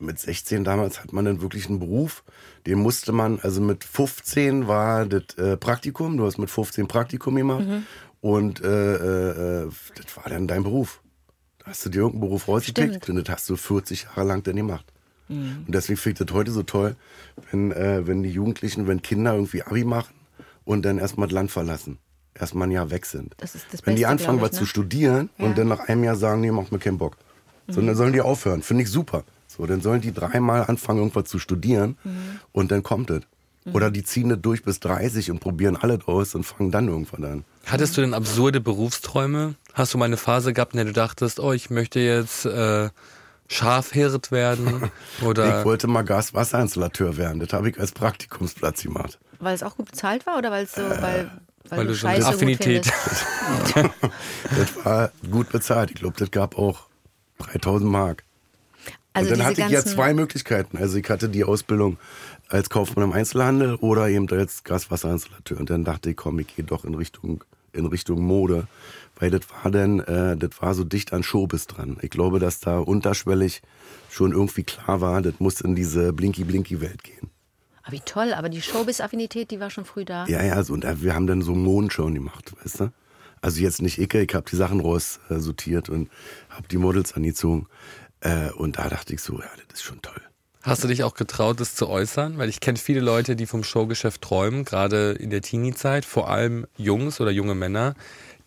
B: mit 16 damals hat man dann wirklich einen Beruf, den musste man, also mit 15 war das äh, Praktikum, du hast mit 15 Praktikum gemacht und äh, äh, äh, das war dann dein Beruf. Da hast du dir irgendeinen Beruf rausgepickt und das hast du 40 Jahre lang dann gemacht. Und deswegen finde ich das heute so toll, wenn, äh, wenn die Jugendlichen, wenn Kinder irgendwie Abi machen und dann erstmal das Land verlassen. Erstmal ein Jahr weg sind.
D: Das ist das
B: wenn die
D: Beste,
B: anfangen, was
D: glaub ich,
B: zu
D: ne?
B: studieren
D: Ja.
B: und dann nach einem Jahr sagen, nee, macht mir keinen Bock. Sondern sollen die aufhören. Finde ich super. So, dann sollen die dreimal anfangen, irgendwas zu studieren
D: Mhm.
B: und dann kommt es. Oder die ziehen das durch bis 30 und probieren alles aus und fangen dann irgendwann an.
C: Hattest du denn absurde Berufsträume? Hast du mal eine Phase gehabt, in der du dachtest, oh, ich möchte jetzt äh, Schafhirt werden? Oder
B: Ich wollte mal Gaswasserinstallateur werden. Das habe ich als Praktikumsplatz gemacht.
D: Weil es auch gut bezahlt war oder weil es so,
B: Äh,
D: weil, weil,
C: weil
D: du
C: du so eine
D: Scheiße
C: Affinität-
D: gut findest?
B: Das war gut bezahlt. Ich glaube, das gab auch 3000 Mark.
D: Also
B: und dann
D: diese
B: hatte ich
D: ganzen,
B: ja zwei Möglichkeiten. Also ich hatte die Ausbildung als Kaufmann im Einzelhandel oder eben als Gaswasserinstallateur. Und dann dachte ich, komm, ich gehe doch in Richtung, in Richtung Mode. Weil das war dann, äh, das war so dicht an Showbiz dran. Ich glaube, dass da unterschwellig schon irgendwie klar war, das muss in diese Blinky-Blinky-Welt gehen.
D: Ah, wie toll, aber die Showbiz-Affinität, die war schon früh da.
B: Ja, ja, so, und da- wir haben dann so Mondschauen gemacht, weißt du? Also jetzt nicht Icke, ich habe die Sachen raus äh, sortiert und habe die Models angezogen. Äh, und da dachte ich so, ja, das ist schon toll.
C: Hast du dich auch getraut, das zu äußern? Weil ich kenne viele Leute, die vom Showgeschäft träumen, gerade in der Teenie-Zeit, vor allem Jungs oder junge Männer,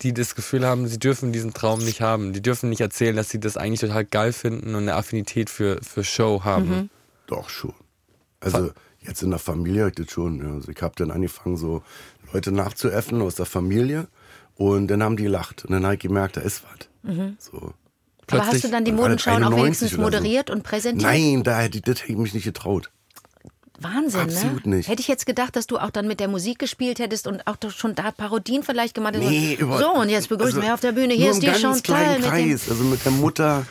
C: die das Gefühl haben, sie dürfen diesen Traum nicht haben. Die dürfen nicht erzählen, dass sie das eigentlich total geil finden und eine Affinität für, für Show haben.
D: Mhm.
B: Doch schon. Also jetzt in der Familie hab ich das schon. ja. Also ich habe dann angefangen, so Leute nachzuäffen aus der Familie und dann haben die gelacht und dann habe ich gemerkt, da ist was.
D: Mhm.
B: So.
D: Aber
C: Plötzlich-
D: hast du dann die
B: war das
D: Modenschauen auch
B: 91
D: wenigstens
B: oder so?
D: moderiert und präsentiert?
B: Nein, da hätte ich, das hätte ich mich nicht getraut.
D: Wahnsinn,
B: Absolut
D: ne?
B: nicht.
D: Hätte ich jetzt gedacht, dass du auch dann mit der Musik gespielt hättest und auch doch schon da Parodien vielleicht gemacht hättest.
B: Nee, über, also
D: so, und jetzt begrüßen wir auf der Bühne. Hier
B: nur
D: ist
B: im
D: die
B: ganz
D: Chantal
B: kleinen
D: mit dem.
B: Kreis, also mit der Mutter,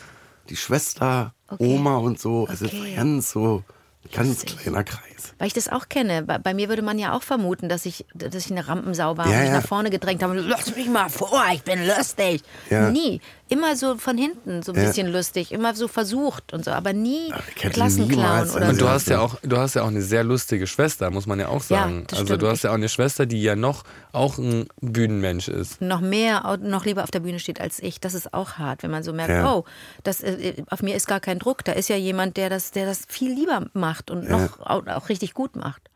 B: die Schwester,
D: Okay.
B: Oma und so. Also
D: Okay.
B: es war ganz so ganz
D: Lustig.
B: kleiner Kreis.
D: Weil ich das auch kenne. Bei, bei mir würde man ja auch vermuten, dass ich, dass ich eine Rampensau war und
B: Ja,
D: mich
B: ja.
D: nach vorne gedrängt habe. Lass mich mal vor, ich bin lustig.
B: Ja.
D: Nie. Immer so von hinten so ein
B: Ja.
D: bisschen lustig. Immer so versucht und so. Aber nie
B: Aber ich hätte
D: Klassenclown
B: niemals-
D: oder
C: Und
B: Also-
D: so.
C: du hast ja auch, du hast ja auch eine sehr lustige Schwester, muss man ja auch
D: Ja,
C: sagen.
D: das
C: also
D: stimmt.
C: du hast ja auch eine Schwester, die ja noch auch ein Bühnenmensch ist.
D: noch mehr, au- noch lieber auf der Bühne steht als ich. Das ist auch hart, wenn man so merkt,
B: Ja.
D: oh, das, äh, auf mir ist gar kein Druck. Da ist ja jemand, der das, der das viel lieber macht und
B: Ja.
D: noch auch, auch richtig gut macht.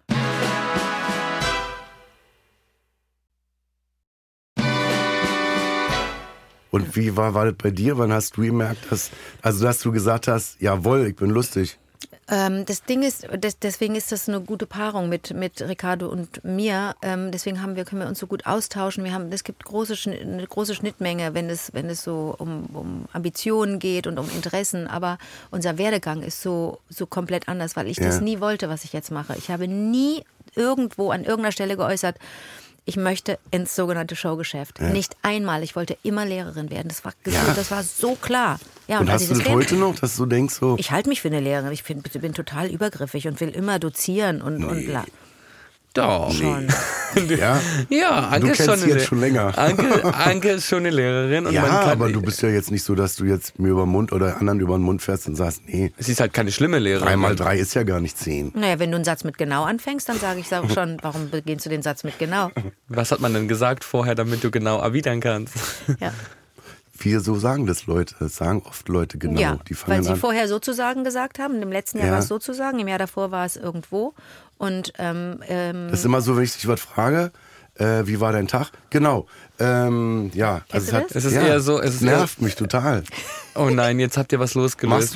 B: Und wie war, war das bei dir? Wann hast du gemerkt, dass, also dass du gesagt hast, jawohl, ich bin lustig.
D: Ähm, das Ding ist, des- deswegen ist das eine gute Paarung mit, mit Ricardo und mir. Ähm, deswegen haben wir, können wir uns so gut austauschen. Wir haben, es gibt große, Schni- eine große Schnittmenge, wenn es, wenn es so um, um Ambitionen geht und um Interessen. Aber unser Werdegang ist so, so komplett anders, weil ich das
B: Ja.
D: nie wollte, was ich jetzt mache. Ich habe nie irgendwo an irgendeiner Stelle geäußert, ich möchte ins sogenannte Showgeschäft. Nicht einmal. Ich wollte immer Lehrerin werden. Das war,
B: Ja.
D: das war so klar. Ja,
B: Und hast
D: als ich
B: du das
D: gelernt-
B: heute noch, dass du denkst so,
D: ich halte mich für eine Lehrerin. Ich bin, bin total übergriffig und will immer dozieren und, und bla.
C: Doch.
D: Schon.
B: ja,
C: Ja, Anke
B: kennst
C: ist schon
B: sie
C: eine
B: jetzt
C: Le-
B: schon länger.
C: Anke, Anke ist schon eine Lehrerin. Und
B: ja,
C: man kann,
B: aber du bist ja jetzt nicht so, dass du jetzt mir über den Mund oder anderen über den Mund fährst und sagst, nee,
C: Sie ist halt keine schlimme Lehrerin.
B: drei mal drei ist ja gar nicht zehn.
D: Naja, wenn du einen Satz mit genau anfängst, dann sage ich sag schon, warum beginnst du den Satz mit genau?
C: Was hat man denn gesagt vorher, damit du genau erwidern kannst?
D: Ja,
B: Wir so sagen das Leute, das sagen oft Leute genau.
D: ja
B: Die fangen
D: weil sie
B: an.
D: vorher sozusagen gesagt haben. Im letzten Jahr
B: Ja.
D: war es sozusagen, im Jahr davor war es irgendwo. Und ähm, ähm,
B: Das ist immer so, wenn ich dich was frage, äh, wie war dein Tag? Genau. Ähm, ja,
D: Kennst du das?
C: Es ist
B: ja,
C: eher Genau, so- es ist
B: nervt mich total.
C: Oh nein, jetzt habt ihr was losgelöst.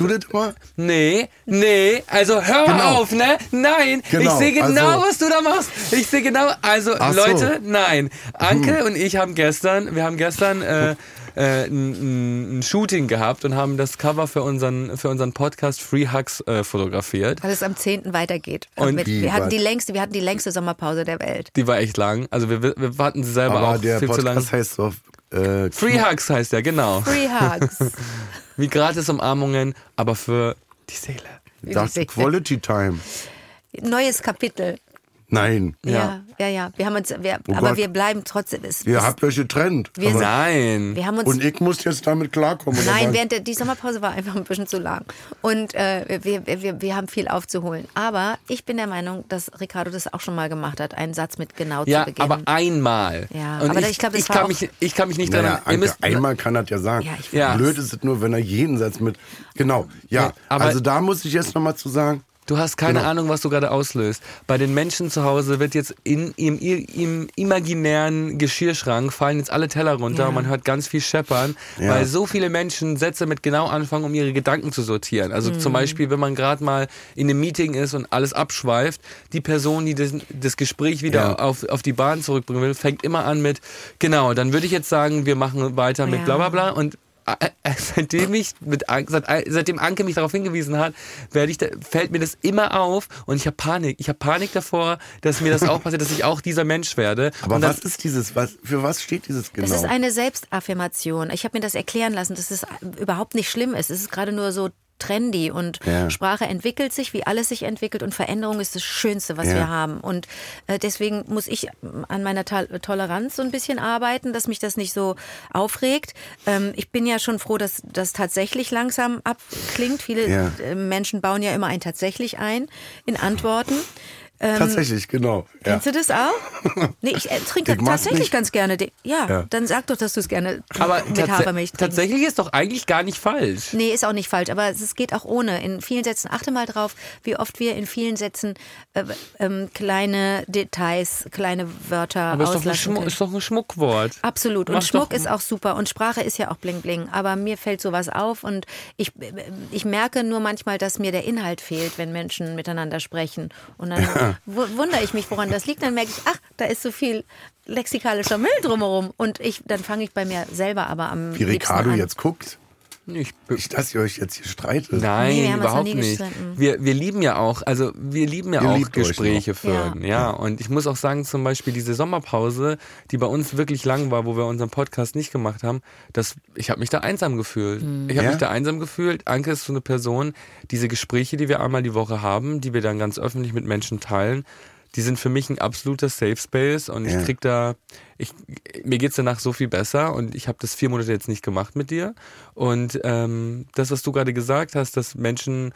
B: Machst du das immer?
C: Nee, nee, also hör
B: Genau.
C: auf, ne? Nein,
B: Genau,
C: ich sehe genau,
B: also-
C: was du da machst. Ich sehe genau, also
B: Ach so. Hm.
C: Leute, nein. Anke und ich haben gestern, wir haben gestern äh, äh, ein, ein- ein Shooting gehabt und haben das Cover für unseren, für unseren Podcast Free Hugs äh, fotografiert.
D: weil es am 10. weitergeht.
C: Und
D: mit,
B: wie
D: wir, hatten
B: weit?
D: die längste, wir hatten die längste Sommerpause der Welt.
C: Die war echt lang. Also wir, wir warten sie selber
B: Aber
C: auch
B: der
C: viel zu lang.
B: Podcast heißt doch äh,
C: Free Hugs heißt der, genau.
D: Free Hugs.
C: Wie gratis Umarmungen, aber für die Seele.
B: das Quality Time.
D: Neues Kapitel.
B: Nein,
D: Ja, ja, ja. Wir haben uns, wir,
B: Oh
D: aber
B: Gott.
D: wir bleiben trotzdem. Es,
B: ihr
D: es,
B: habt euch getrennt.
D: Wir
B: aber-
D: sind-
C: Nein.
D: wir haben uns
B: und ich muss jetzt damit klarkommen. oder
D: Nein,
B: was?
D: während der, die Sommerpause war einfach ein bisschen zu lang. Und äh, wir, wir- wir, wir haben viel aufzuholen. Aber ich bin der Meinung, dass Ricardo das auch schon mal gemacht hat, einen Satz mit genau
C: Ja,
D: zu beginnen.
C: aber einmal.
D: Ja,
C: Und
D: aber ich glaub, das war
C: kann
D: auch-
C: mich, ich kann mich nicht
B: naja,
C: daran.
B: Anke,
C: ihr müsst,
B: einmal kann das ja sagen.
D: Ja, ich
C: Ja. weiß.
B: Blöd ist es nur, wenn er jeden Satz mit. Genau, ja.
C: Ja, aber-
B: also da muss ich jetzt nochmal zu sagen.
C: Du hast keine
B: Genau.
C: Ahnung, was du gerade auslöst. Bei den Menschen zu Hause wird jetzt in, im, im, im imaginären Geschirrschrank fallen jetzt alle Teller runter
D: Ja.
C: und man hört ganz viel scheppern,
B: Ja.
C: weil so viele Menschen Sätze mit genau anfangen, um ihre Gedanken zu sortieren. Also
D: Mhm.
C: zum Beispiel, wenn man gerade mal in einem Meeting ist und alles abschweift, die Person, die das, das Gespräch wieder
B: Ja.
C: auf, auf die Bahn zurückbringen will, fängt immer an mit, genau, dann würde ich jetzt sagen, wir machen weiter mit
D: Ja.
C: bla bla bla und äh, äh, seitdem ich mit An- seit, äh, seitdem Anke mich darauf hingewiesen hat, werde ich da, fällt mir das immer auf und ich habe Panik. Ich habe Panik davor, dass mir das auch passiert, dass ich auch dieser Mensch werde.
B: Aber
C: und
B: was
C: das,
B: ist dieses? Was, für was steht dieses genau?
D: Das ist eine Selbstaffirmation. Ich habe mir das erklären lassen, dass es überhaupt nicht schlimm ist. Es ist gerade nur so trendy und
B: Ja.
D: Sprache entwickelt sich, wie alles sich entwickelt und Veränderung ist das Schönste, was
B: Ja.
D: wir haben. Und äh, deswegen muss ich ähm, an meiner Tal- Toleranz so ein bisschen arbeiten, dass mich das nicht so aufregt. Ähm, ich bin ja schon froh, dass das tatsächlich langsam abklingt. Viele
B: Ja.
D: äh, Menschen bauen ja immer ein tatsächlich ein in Antworten.
B: Tatsächlich, genau. Ja.
D: Kennst du das auch? Nee, ich äh, trinke
B: Ich mach's
D: tatsächlich
B: nicht.
D: ganz gerne. den- Ja,
B: Ja.
D: dann sag doch, dass du es gerne
C: Aber
D: mit
C: tats
D: Hafermilch trinkst.
C: tatsächlich ist doch eigentlich gar nicht falsch.
D: Nee, ist auch nicht falsch, aber es geht auch ohne. In vielen Sätzen, achte mal drauf, wie oft wir in vielen Sätzen äh, ähm, kleine Details, kleine Wörter
C: Aber ist doch, ein
D: auslassen
C: Schmuck,
D: können.
C: ist doch ein Schmuckwort.
D: Absolut. Und
C: Mach
D: Schmuck
C: doch-
D: ist auch super. Und Sprache ist ja auch bling bling. Aber mir fällt sowas auf und ich, ich merke nur manchmal, dass mir der Inhalt fehlt, wenn Menschen miteinander sprechen. Und dann wu- wundere ich mich, woran das liegt. Dann merke ich, ach, da ist so viel lexikalischer Müll drumherum. Und ich, dann fange ich bei mir selber aber am
B: Wie
D: liebsten
B: Ricardo
D: an.
B: jetzt guckt.
C: Ich,
B: Nicht, dass ihr euch jetzt hier streitet.
C: Nein,
D: Nee, wir haben uns noch
C: überhaupt
D: nie
C: nicht.
D: gestritten.
C: Wir, wir lieben ja auch, also wir lieben ja
B: Ihr
C: auch
B: liebt euch
C: Gespräche
D: noch.
C: führen. Ja. und ich muss auch sagen, zum Beispiel diese Sommerpause, die bei uns wirklich lang war, wo wir unseren Podcast nicht gemacht haben, das, ich habe mich da einsam gefühlt.
D: Mhm.
C: Ich habe
B: Ja?
C: mich da einsam gefühlt. Anke ist so eine Person, diese Gespräche, die wir einmal die Woche haben, die wir dann ganz öffentlich mit Menschen teilen, die sind für mich ein absoluter Safe Space und
B: Ja.
C: ich krieg da, ich, mir geht's danach so viel besser und ich habe das vier Monate jetzt nicht gemacht mit dir. Und ähm, das, was du gerade gesagt hast, dass Menschen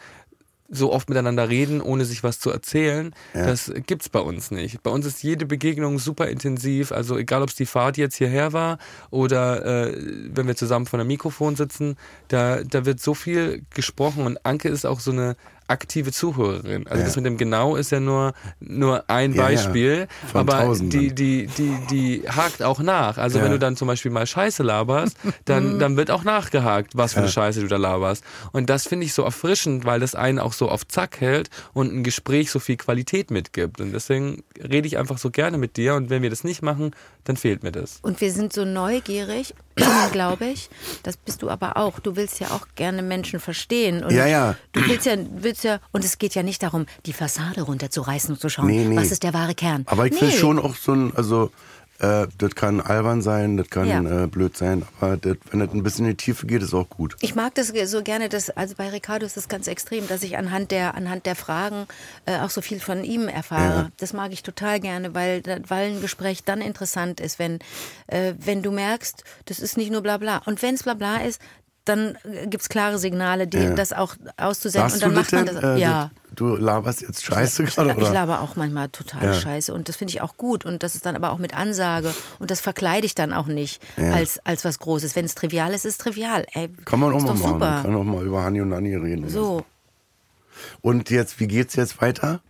C: so oft miteinander reden, ohne sich was zu erzählen, das gibt's bei uns nicht. Bei uns ist jede Begegnung super intensiv. Also egal, ob es die Fahrt jetzt hierher war oder äh, wenn wir zusammen vor einem Mikrofon sitzen, da, da wird so viel gesprochen und Anke ist auch so eine aktive Zuhörerin. Also das mit dem genau ist ja nur, nur ein
B: Ja, ja.
C: Beispiel,
B: Von
C: aber
B: Tausenden.
C: die, die, die, die hakt auch nach. Also
B: Ja.
C: wenn du dann zum Beispiel mal Scheiße laberst, dann, dann wird auch nachgehakt, was für eine Scheiße du da laberst. Und das finde ich so erfrischend, weil das einen auch so auf Zack hält und ein Gespräch so viel Qualität mitgibt. Und deswegen rede ich einfach so gerne mit dir und wenn wir das nicht machen, dann fehlt mir das.
D: Und wir sind so neugierig, glaube ich. Das bist du aber auch. Du willst ja auch gerne Menschen verstehen. Und
B: Ja, ja.
D: Du willst ja, willst ja, und es geht ja nicht darum, die Fassade runterzureißen und zu schauen,
B: Nee, nee.
D: was ist der wahre Kern.
B: Aber ich
D: nee.
B: finde schon auch so ein, also äh, das kann albern sein, das kann
D: Ja.
B: äh, blöd sein, aber das, wenn das ein bisschen in die Tiefe geht, ist auch gut.
D: Ich mag das so gerne, dass, also bei Ricardo ist das ganz extrem, dass ich anhand der, anhand der Fragen äh, auch so viel von ihm erfahre.
B: Ja.
D: Das mag ich total gerne, weil, weil ein Gespräch dann interessant ist, wenn, äh, wenn du merkst, das ist nicht nur Blabla. Und wenn es Blabla ist, dann gibt es klare Signale, die, das auch auszusenden.
B: Sagst
D: und dann
B: du das
D: macht man
B: denn?
D: das.
B: Äh,
D: ja.
B: das- Du laberst jetzt Scheiße gerade,
D: Ich
B: oder?
D: laber auch manchmal totale
B: Ja.
D: Scheiße und das finde ich auch gut und das ist dann aber auch mit Ansage und das verkleide ich dann auch nicht
B: Ja.
D: als, als was Großes. Wenn es trivial ist, ist es trivial. Ey,
B: Kann man auch
D: ist
B: mal um
D: doch
B: machen.
D: super.
B: Kann auch mal über Hani und Nani reden. oder
D: So,
B: Und jetzt, wie geht's jetzt weiter?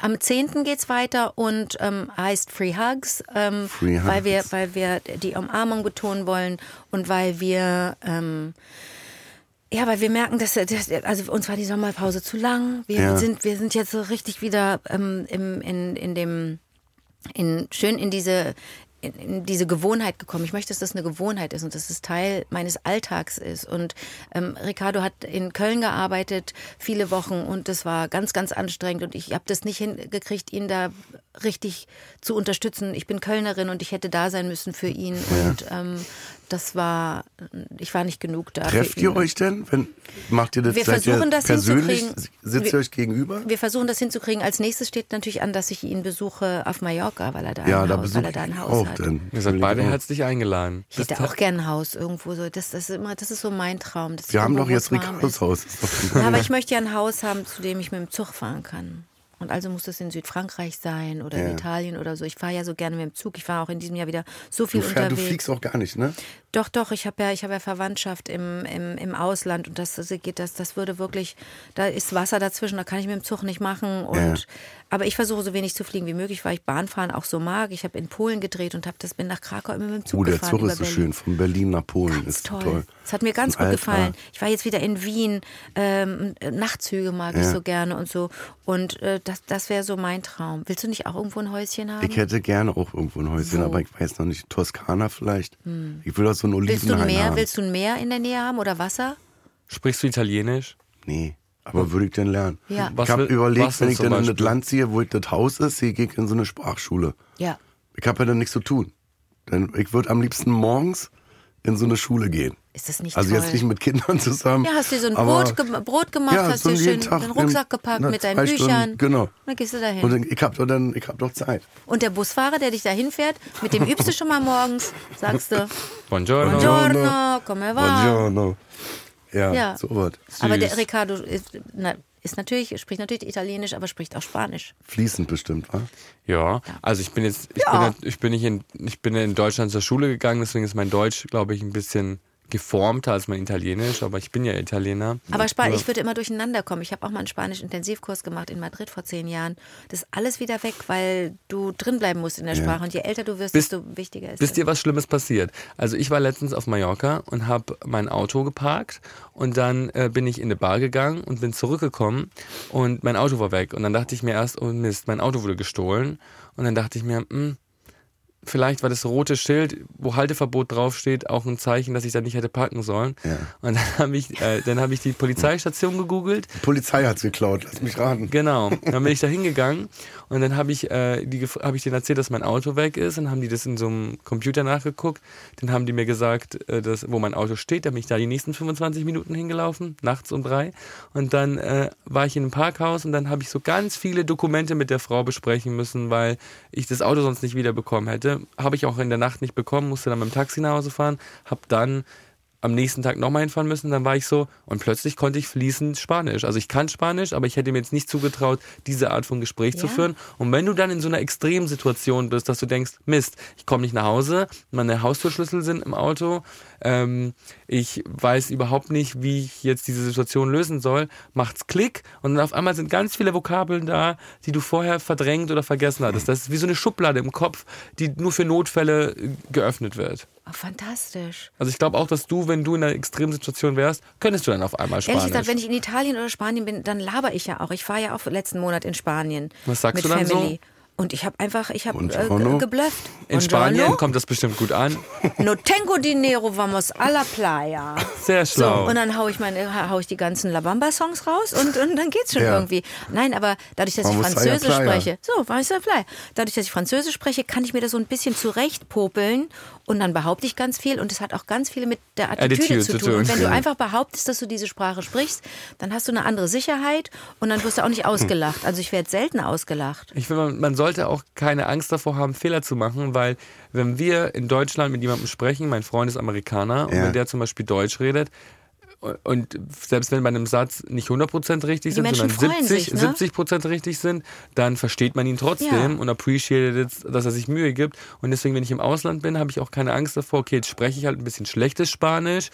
D: am 10. geht's weiter und ähm, heißt Free Hugs, ähm,
B: Free Hugs.
D: Weil, wir, weil wir die Umarmung betonen wollen und weil wir... Ähm, ja, weil wir merken, dass, dass also uns war die Sommerpause zu lang. Wir
B: Ja.
D: sind wir sind jetzt so richtig wieder ähm, im, in, in dem in, schön in diese, in, in diese Gewohnheit gekommen. Ich möchte, dass das eine Gewohnheit ist und dass es Teil meines Alltags ist. Und ähm, Ricardo hat in Köln gearbeitet, viele Wochen und das war ganz, ganz anstrengend und ich habe das nicht hingekriegt, ihn da richtig zu unterstützen. Ich bin Kölnerin und ich hätte da sein müssen für ihn und ähm, das war, ich war nicht genug da.
B: Trefft
D: für ihn.
B: ihr euch denn? Wenn, macht ihr das,
D: Wir
B: seid ihr
D: versuchen, das
B: persönlich?
D: hinzukriegen.
B: Sitzt ihr
D: Wir-
B: euch gegenüber?
D: Wir versuchen das hinzukriegen. Als nächstes steht natürlich an, dass ich ihn besuche auf Mallorca, weil er da,
B: ja,
D: ein,
B: da
D: Haus, weil
B: besuche
D: er da ein
B: ich
D: Haus
B: auch
D: hat.
B: dann.
C: Ihr seid beide halt herzlich eingeladen.
D: Ich hätte auch gern ein Haus irgendwo so. Das, das ist immer, das ist so mein Traum. dass
B: Wir haben
D: irgendwo,
B: doch
D: wo
B: jetzt
D: es warm
B: Ricardos
D: ist.
B: Haus. Ist doch
D: Ja, aber ich möchte ja ein Haus haben, zu dem ich mit dem Zug fahren kann. Und also muss das in Südfrankreich sein oder
B: Ja.
D: in Italien oder so. Ich fahre ja so gerne mit dem Zug. Ich war auch in diesem Jahr wieder so viel
B: du, fähr- du
D: unterwegs.
B: fliegst auch gar nicht, ne?
D: Doch, doch, ich habe ja, ich hab ja Verwandtschaft im, im, im Ausland und das das geht, das, das würde wirklich, da ist Wasser dazwischen, da kann ich mit dem Zug nicht machen. Und,
B: Ja.
D: Aber ich versuche so wenig zu fliegen wie möglich, weil ich Bahnfahren auch so mag. Ich habe in Polen gedreht und hab das, bin nach Krakau immer mit dem Zug
B: Oh, der
D: gefahren.
B: Zug
D: über
B: ist so
D: Berlin.
B: schön. Von Berlin nach Polen
D: Ganz
B: ist
D: toll.
B: toll.
D: Es hat mir ganz
B: Ein
D: gut
B: alter-
D: gefallen. Ich war jetzt wieder in Wien. Ähm, Nachtzüge mag ich
B: Ja.
D: so gerne und so. Und äh, das, das wäre so mein Traum. Willst du nicht auch irgendwo ein Häuschen haben?
B: Ich hätte gerne auch irgendwo ein Häuschen,
D: Wo?
B: aber ich weiß noch nicht. Toskana vielleicht. Ich will auch so ein
D: Hm. Willst du ein
B: Olivenhain
D: Meer?
B: haben.
D: Willst du ein Meer in der Nähe haben oder Wasser?
C: Sprichst du Italienisch?
B: nee, aber würde ich denn lernen?
D: Ja.
C: Was
B: ich habe
C: will- was
B: überlegt, wenn
C: denn
B: ich
C: zum
B: dann in das
C: Beispiel?
B: Land ziehe, wo das Haus ist, hier gehe ich in so eine Sprachschule.
D: Ja.
B: Ich habe ja dann nichts zu tun. Denn ich würde am liebsten morgens in so eine Schule gehen.
D: Ist das nicht
B: Also
D: toll?
B: jetzt nicht mit Kindern zusammen.
D: Ja, hast dir so ein
B: aber-
D: Brot, ge Brot gemacht,
B: Ja,
D: hast
B: so
D: dir
B: jeden
D: schön
B: Tag
D: den Rucksack
B: in-
D: gepackt
B: na,
D: mit deinen
B: zwei
D: Büchern.
B: Stunden, genau.
D: Dann gehst du dahin.
B: Und
D: Und,
B: dann- ich habe doch, dann- ich hab doch Zeit.
D: der Busfahrer, der dich dahin fährt, mit dem übst du schon mal morgens, sagst du,
C: Buongiorno.
D: Buongiorno, come va.
B: Buongiorno. Ja,
D: Ja.
B: so was.
D: Aber der Ricardo, ist, na, Ist natürlich, spricht natürlich Italienisch, aber spricht auch Spanisch.
B: Fließend bestimmt, wa?
C: Ja, also ich bin jetzt, ich,
D: Ja.
C: bin, halt- ich, bin nicht in, ich bin in Deutschland zur Schule gegangen, deswegen ist mein Deutsch, glaube ich, ein bisschen geformter als mein Italienisch, aber ich bin ja Italiener.
D: Aber Span
C: Nur-
D: ich würde immer durcheinander kommen. Ich habe auch mal einen Spanisch-Intensivkurs gemacht in Madrid vor zehn Jahren. Das ist alles wieder weg, weil du drinbleiben musst in der Sprache. Und je älter du wirst,
C: Bist-
D: desto wichtiger ist
C: Wisst
D: es.
C: ihr, was Schlimmes passiert? Also ich war letztens auf Mallorca und habe mein Auto geparkt und dann äh, bin ich in eine Bar gegangen und bin zurückgekommen und mein Auto war weg. Und dann dachte ich mir erst, oh Mist, mein Auto wurde gestohlen. Und dann dachte ich mir, hm, vielleicht war das rote Schild, wo Halteverbot draufsteht, auch ein Zeichen, dass ich da nicht hätte parken sollen. Und dann habe ich, äh, dann habe ich die Polizeistation gegoogelt
B: Die Polizei hat's geklaut, lass mich raten.
C: Genau. Dann bin ich da hingegangen und dann habe ich, äh, die gef- hab ich denen erzählt, dass mein Auto weg ist. Dann haben die das in so einem Computer nachgeguckt. Dann haben die mir gesagt, äh, dass, wo mein Auto steht. Dann bin ich da die nächsten 25 Minuten hingelaufen, nachts um drei. Und dann äh, war ich in einem Parkhaus und dann habe ich so ganz viele Dokumente mit der Frau besprechen müssen, weil ich das Auto sonst nicht wiederbekommen hätte. Habe ich auch in der Nacht nicht bekommen, musste dann mit dem Taxi nach Hause fahren. Habe dann am nächsten Tag nochmal hinfahren müssen, dann war ich so und plötzlich konnte ich fließend Spanisch. Also ich kann Spanisch, aber ich hätte mir jetzt nicht zugetraut, diese Art von Gespräch zu
D: Ja.
C: führen. Und wenn du dann in so einer extremen Situation bist, dass du denkst, Mist, ich komme nicht nach Hause, meine Haustürschlüssel sind im Auto, ähm, ich weiß überhaupt nicht, wie ich jetzt diese Situation lösen soll, macht's Klick und dann auf einmal sind ganz viele Vokabeln da, die du vorher verdrängt oder vergessen hattest. Das ist wie so eine Schublade im Kopf, die nur für Notfälle äh, geöffnet wird.
D: Oh, fantastisch.
C: Also ich glaube auch, dass du, wenn du in einer extremen Situation wärst, könntest du dann auf einmal Spanisch.
D: Ehrlich gesagt, wenn ich in Italien oder Spanien bin, dann laber ich ja auch. Ich war ja auch letzten Monat in Spanien.
C: Was sagst
D: mit
C: du dann so?
D: Family. Und ich habe einfach, ich habe äh,
B: Buongiorno.
D: ge- geblufft.
C: in
D: Buongiorno.
C: Spanien kommt das bestimmt gut an.
D: No tengo dinero, vamos a la playa.
C: Sehr schlau.
B: Genau.
D: So, und dann hau ich meine, hau ich die ganzen La Bamba Songs raus und, und dann geht's schon
B: Ja.
D: irgendwie. Nein, aber dadurch, dass
B: Vamos
D: ich
B: a la
D: Französisch
B: playa.
D: spreche, so, vamos a la playa. Dadurch, dass ich Französisch spreche, kann ich mir das so ein bisschen zurechtpopeln und dann behaupte ich ganz viel und es hat auch ganz viel mit der Attitüde,
C: Attitüde
D: zu
C: zu
D: tun. Und
C: tun.
D: wenn du
C: Ja.
D: einfach behauptest, dass du diese Sprache sprichst, dann hast du eine andere Sicherheit und dann wirst du auch
B: Hm.
D: nicht ausgelacht. Also ich werde selten ausgelacht.
C: Ich finde, man- man sollte auch keine Angst davor haben, Fehler zu machen, weil wenn wir in Deutschland mit jemandem sprechen, mein Freund ist Amerikaner und
B: Ja.
C: wenn der zum Beispiel Deutsch redet, und selbst wenn bei einem Satz nicht 100% richtig sind,
D: Menschen
C: sondern
D: freuen
C: 70,
D: sich, ne?
C: 70% richtig sind, dann versteht man ihn trotzdem
D: Ja.
C: und appreciated, dass er sich Mühe gibt. Und deswegen, wenn ich im Ausland bin, habe ich auch keine Angst davor, okay, jetzt spreche ich halt ein bisschen schlechtes Spanisch,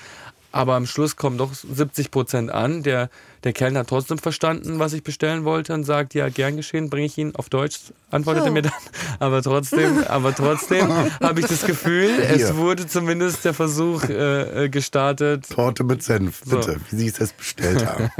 C: aber am Schluss kommen doch 70% an. Der, der Kellner hat trotzdem verstanden, was ich bestellen wollte und sagt, ja, gern geschehen, bringe ich ihn auf Deutsch, antwortet
D: So.
C: er mir dann. Aber trotzdem, aber trotzdem habe ich das Gefühl, es
B: Hier.
C: wurde zumindest der Versuch äh, äh, gestartet,
B: Torte mit Senf, bitte, wie sie es jetzt bestellt haben.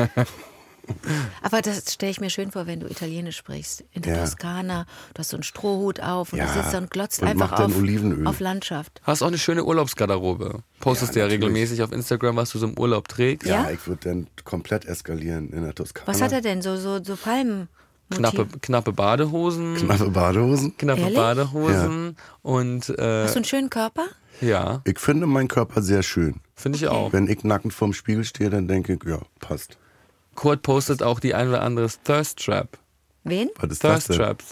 D: Aber das stelle ich mir schön vor, wenn du Italienisch sprichst. In der
B: Ja.
D: Toskana, du hast so einen Strohhut auf und
B: Ja.
D: du sitzt da und glotzt
B: Und
D: einfach
B: macht dann
D: auf,
B: Olivenöl.
D: auf Landschaft.
C: Hast auch eine schöne Urlaubsgarderobe. Postest ja,
B: Ja,
C: ja
B: natürlich.
C: regelmäßig auf Instagram, was du so im Urlaub trägst.
D: Ja?
B: Ja, ich würde dann komplett eskalieren in der Toskana.
D: Was hat er denn? So, so, so Palmen.
C: Knappe, knappe Badehosen,
B: Knappe Badehosen.
C: knappe
D: Ehrlich?
C: Badehosen und äh,
D: Hast du einen schönen Körper?
C: ja,
B: Ich finde meinen Körper sehr schön.
C: finde ich auch.
B: Wenn ich nackend vorm Spiegel stehe, dann denke ich, ja, passt.
C: Kurt postet auch die ein oder andere Thirst Trap.
D: Wen?
B: Was ist das
C: Thirst
B: denn?
C: Traps.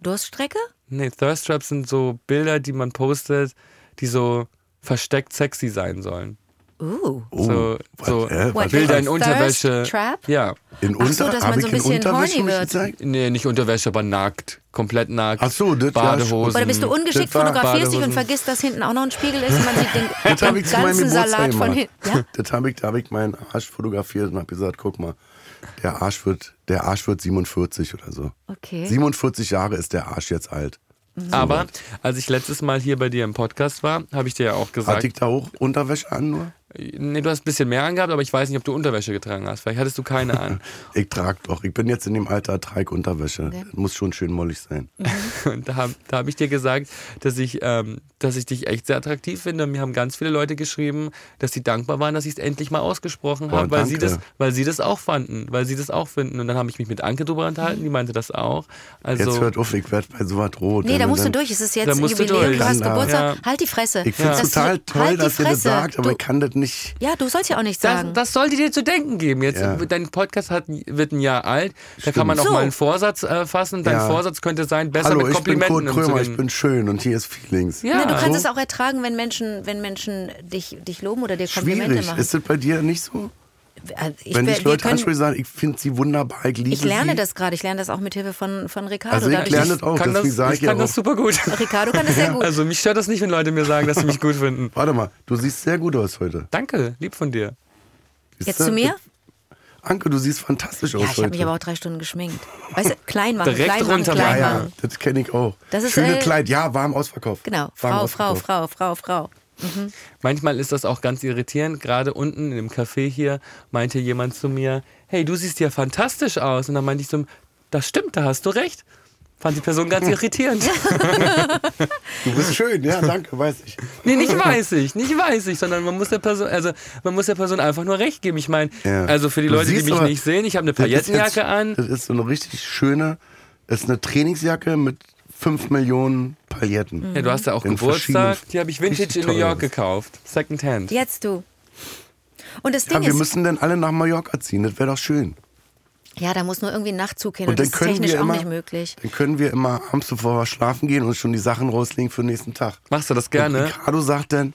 D: Durststrecke?
C: Nee, Thirst Traps sind so Bilder, die man postet, die so versteckt sexy sein sollen.
D: Uh.
B: Oh,
C: so
B: was,
C: so
B: hä? Was
C: Bilder in
D: Thirst
C: Unterwäsche.
D: Trap?
C: Ja.
B: In
D: Ach so,
B: Unter
D: dass
B: hab
D: man so
B: ich in
D: ein bisschen
B: Unterwäsche
D: horny
B: mich
D: wird.
B: gezeigt?
C: Nee, nicht Unterwäsche, aber nackt. Komplett nackt.
B: Ach so, das- ja,
C: Badehosen.
D: Oder bist du
B: das
D: ungeschickt,
B: war-
D: fotografierst dich und
C: Badehosen.
D: vergisst, dass hinten auch noch ein Spiegel ist und man sieht den,
B: Das habe
D: den
B: ich zu meinem
D: ganzen
B: Geburtstag
D: Salat von
B: gemacht.
D: hinten. Ja?
B: Das habe ich, da hab ich meinen Arsch fotografiert und habe gesagt, guck mal, der Arsch wird, der Arsch wird 47 oder so.
D: Okay.
B: 47 Jahre ist der Arsch jetzt alt.
C: Aber als ich letztes Mal hier bei dir im Podcast war, habe ich dir ja auch gesagt,
B: Hatte ich da auch Unterwäsche an nur?
C: nee, du hast ein bisschen mehr angehabt, aber ich weiß nicht, ob du Unterwäsche getragen hast. Vielleicht hattest du keine an.
B: Ich trage doch. Ich bin jetzt in dem Alter, trage Unterwäsche. Das muss schon schön mollig sein.
C: Und da habe da hab ich dir gesagt, dass ich, ähm, dass ich dich echt sehr attraktiv finde. Und mir haben ganz viele Leute geschrieben, dass sie dankbar waren, dass ich es endlich mal ausgesprochen
B: Boah,
C: habe, weil sie,
B: danke.
C: das, weil sie das auch fanden, weil sie das auch finden. Und dann habe ich mich mit Anke drüber unterhalten, die meinte das auch. Also,
B: Jetzt hört auf, ich werde bei sowas rot.
D: Nee, da
B: Wenn
D: musst du
B: dann-
D: durch. Es ist jetzt
C: Da musst du
D: Jubiläum, du,
C: durch.
D: hast
B: Dann, äh,
D: Geburtstag.
C: ja.
D: Halt die Fresse.
B: Ich finde es
D: Das ist-
B: total toll,
D: halt die
B: dass ihr das
D: Fresse.
B: sagt, aber
D: Du-
B: ich kann das nicht.
D: Ja, du sollst ja auch nicht
C: Das,
D: sagen.
C: das sollte dir zu denken geben. Jetzt,
B: Ja.
C: Dein Podcast hat, wird ein Jahr alt. Da kann man auch
D: So.
C: mal einen Vorsatz äh, fassen. Dein
B: Ja.
C: Vorsatz könnte sein, besser
B: Hallo,
C: mit
B: ich bin
C: Komplimenten
B: Kurt Krömer,
C: umzugehen.
B: ich bin schön und hier ist Feelings. Also,
C: Ja.
D: Na, Ne, du kannst
B: So?
D: es auch ertragen, wenn Menschen, wenn Menschen dich, dich loben oder dir Komplimente
B: Schwierig.
D: machen.
B: Ist das bei dir nicht so?
D: also ich,
B: Wenn
D: wir-
B: ich
D: wir
B: Leute
D: können-
B: anspreche, sagen, ich finde sie wunderbar, ich liebe
D: ich lerne
B: sie.
D: das gerade. Ich lerne das auch mit Hilfe von, von Ricardo.
B: Also ich
D: Dadurch,
B: lerne
D: dass-
B: das auch,
C: kann
B: deswegen
C: das,
B: sage
C: ich
B: ich ja
C: kann
B: auch.
C: das super gut.
D: Ricardo kann das sehr gut.
C: Also mich stört das nicht, wenn Leute mir sagen, dass sie mich gut finden.
B: Warte mal, du siehst sehr gut aus heute.
C: Danke, lieb von dir.
B: Siehst
D: Jetzt
B: du?
D: zu mir?
B: Anke, du siehst fantastisch aus
D: Ja, ich habe
B: heute.
D: mich aber auch drei Stunden geschminkt. Weißt du, klein machen,
C: Direkt
D: klein machen,
C: runter
B: ja,
D: klein
C: machen.
B: ja,
D: machen.
B: das kenne ich auch.
D: Das ist,
B: Schöne
D: äh,
B: Kleid, ja, warm ausverkauft.
D: Genau.
B: Warm
D: Frau, Frau,
B: ausverkauft.
D: Frau, Frau, Frau.
C: Manchmal ist das auch ganz irritierend. Gerade unten im Café hier meinte jemand zu mir, hey, du siehst ja fantastisch aus. Und dann meinte ich so, das stimmt, da hast du recht. Fand die Person ganz irritierend.
B: Du bist schön, ja, danke, weiß ich.
C: Nee, nicht weiß ich, nicht weiß ich, sondern man muss der Person, also man muss der Person einfach nur recht geben. Ich meine,
B: Ja.
C: also für die
B: Du
C: Leute, die
B: siehst
C: mich
B: aber,
C: nicht sehen, ich habe eine
B: das ist
C: Paillettenjacke
B: jetzt-
C: an.
B: Das ist so eine richtig schöne, das ist eine Trainingsjacke mit 5 Millionen Pailletten.
C: Ja, du hast ja auch
B: In
C: Geburtstag.
B: verschiedenen-
C: Die habe ich Vintage
B: richtig
C: in New
B: teuer
C: York
B: ist.
C: gekauft. Secondhand.
D: Jetzt du. Und das
B: Ja,
D: Ding
B: wir
D: ist,
B: müssen dann alle nach Mallorca ziehen, das wäre doch schön.
D: ja, da muss nur irgendwie ein Nachtzug hin. Und,
B: Und dann
D: das ist
B: können
D: technisch
B: wir
D: auch
B: immer-
D: nicht möglich.
B: Dann können wir immer abends bevor wir schlafen gehen und schon die Sachen rauslegen für den nächsten Tag.
C: Machst du das
B: Und
C: gerne?
B: Ricardo sagt dann,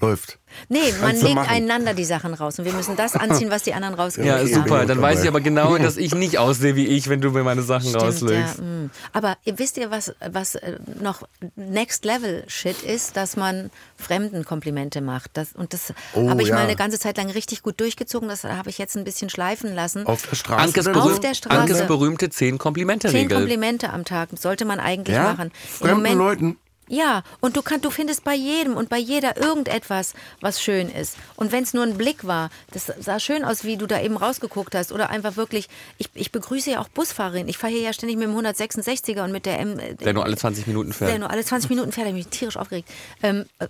B: läuft.
D: Nee, man
B: Kannst du
D: legt
B: machen.
D: einander die Sachen raus. Und wir müssen das anziehen, was die anderen rausgelegt
C: Ja,
D: haben.
B: Okay,
C: super.
B: okay,
C: Dann
B: okay.
C: weiß ich aber genau, dass ich nicht aussehe wie ich, wenn du mir meine Sachen rauslegst.
D: Ja, mm. Aber ihr- wisst ihr, was, was äh, noch Next Level Shit ist, dass man Fremden Komplimente macht. Das, und das
B: Oh,
D: habe ich
B: ja.
D: mal eine ganze Zeit lang richtig gut durchgezogen. Das habe ich jetzt ein bisschen schleifen lassen.
B: Auf der Straße.
C: Ankes,
B: dann
D: Auf
C: berühm
B: so?
D: der Straße.
C: Ankes berühmte 10-Komplimente-Regel.
D: Zehn Komplimente am Tag sollte man eigentlich
B: Ja?
D: machen. Im
B: Fremden
D: Moment-
B: Leuten.
D: Ja, und du, kann, du findest bei jedem und bei jeder irgendetwas, was schön ist. Und wenn es nur ein Blick war, das sah schön aus, wie du da eben rausgeguckt hast. Oder einfach wirklich, ich, ich begrüße ja auch Busfahrerinnen. Ich fahre hier ja ständig mit dem 166er und mit der M.
C: Der nur alle 20 Minuten fährt.
D: Der nur alle 20 Minuten fährt, da bin ich tierisch aufgeregt. Ähm, äh,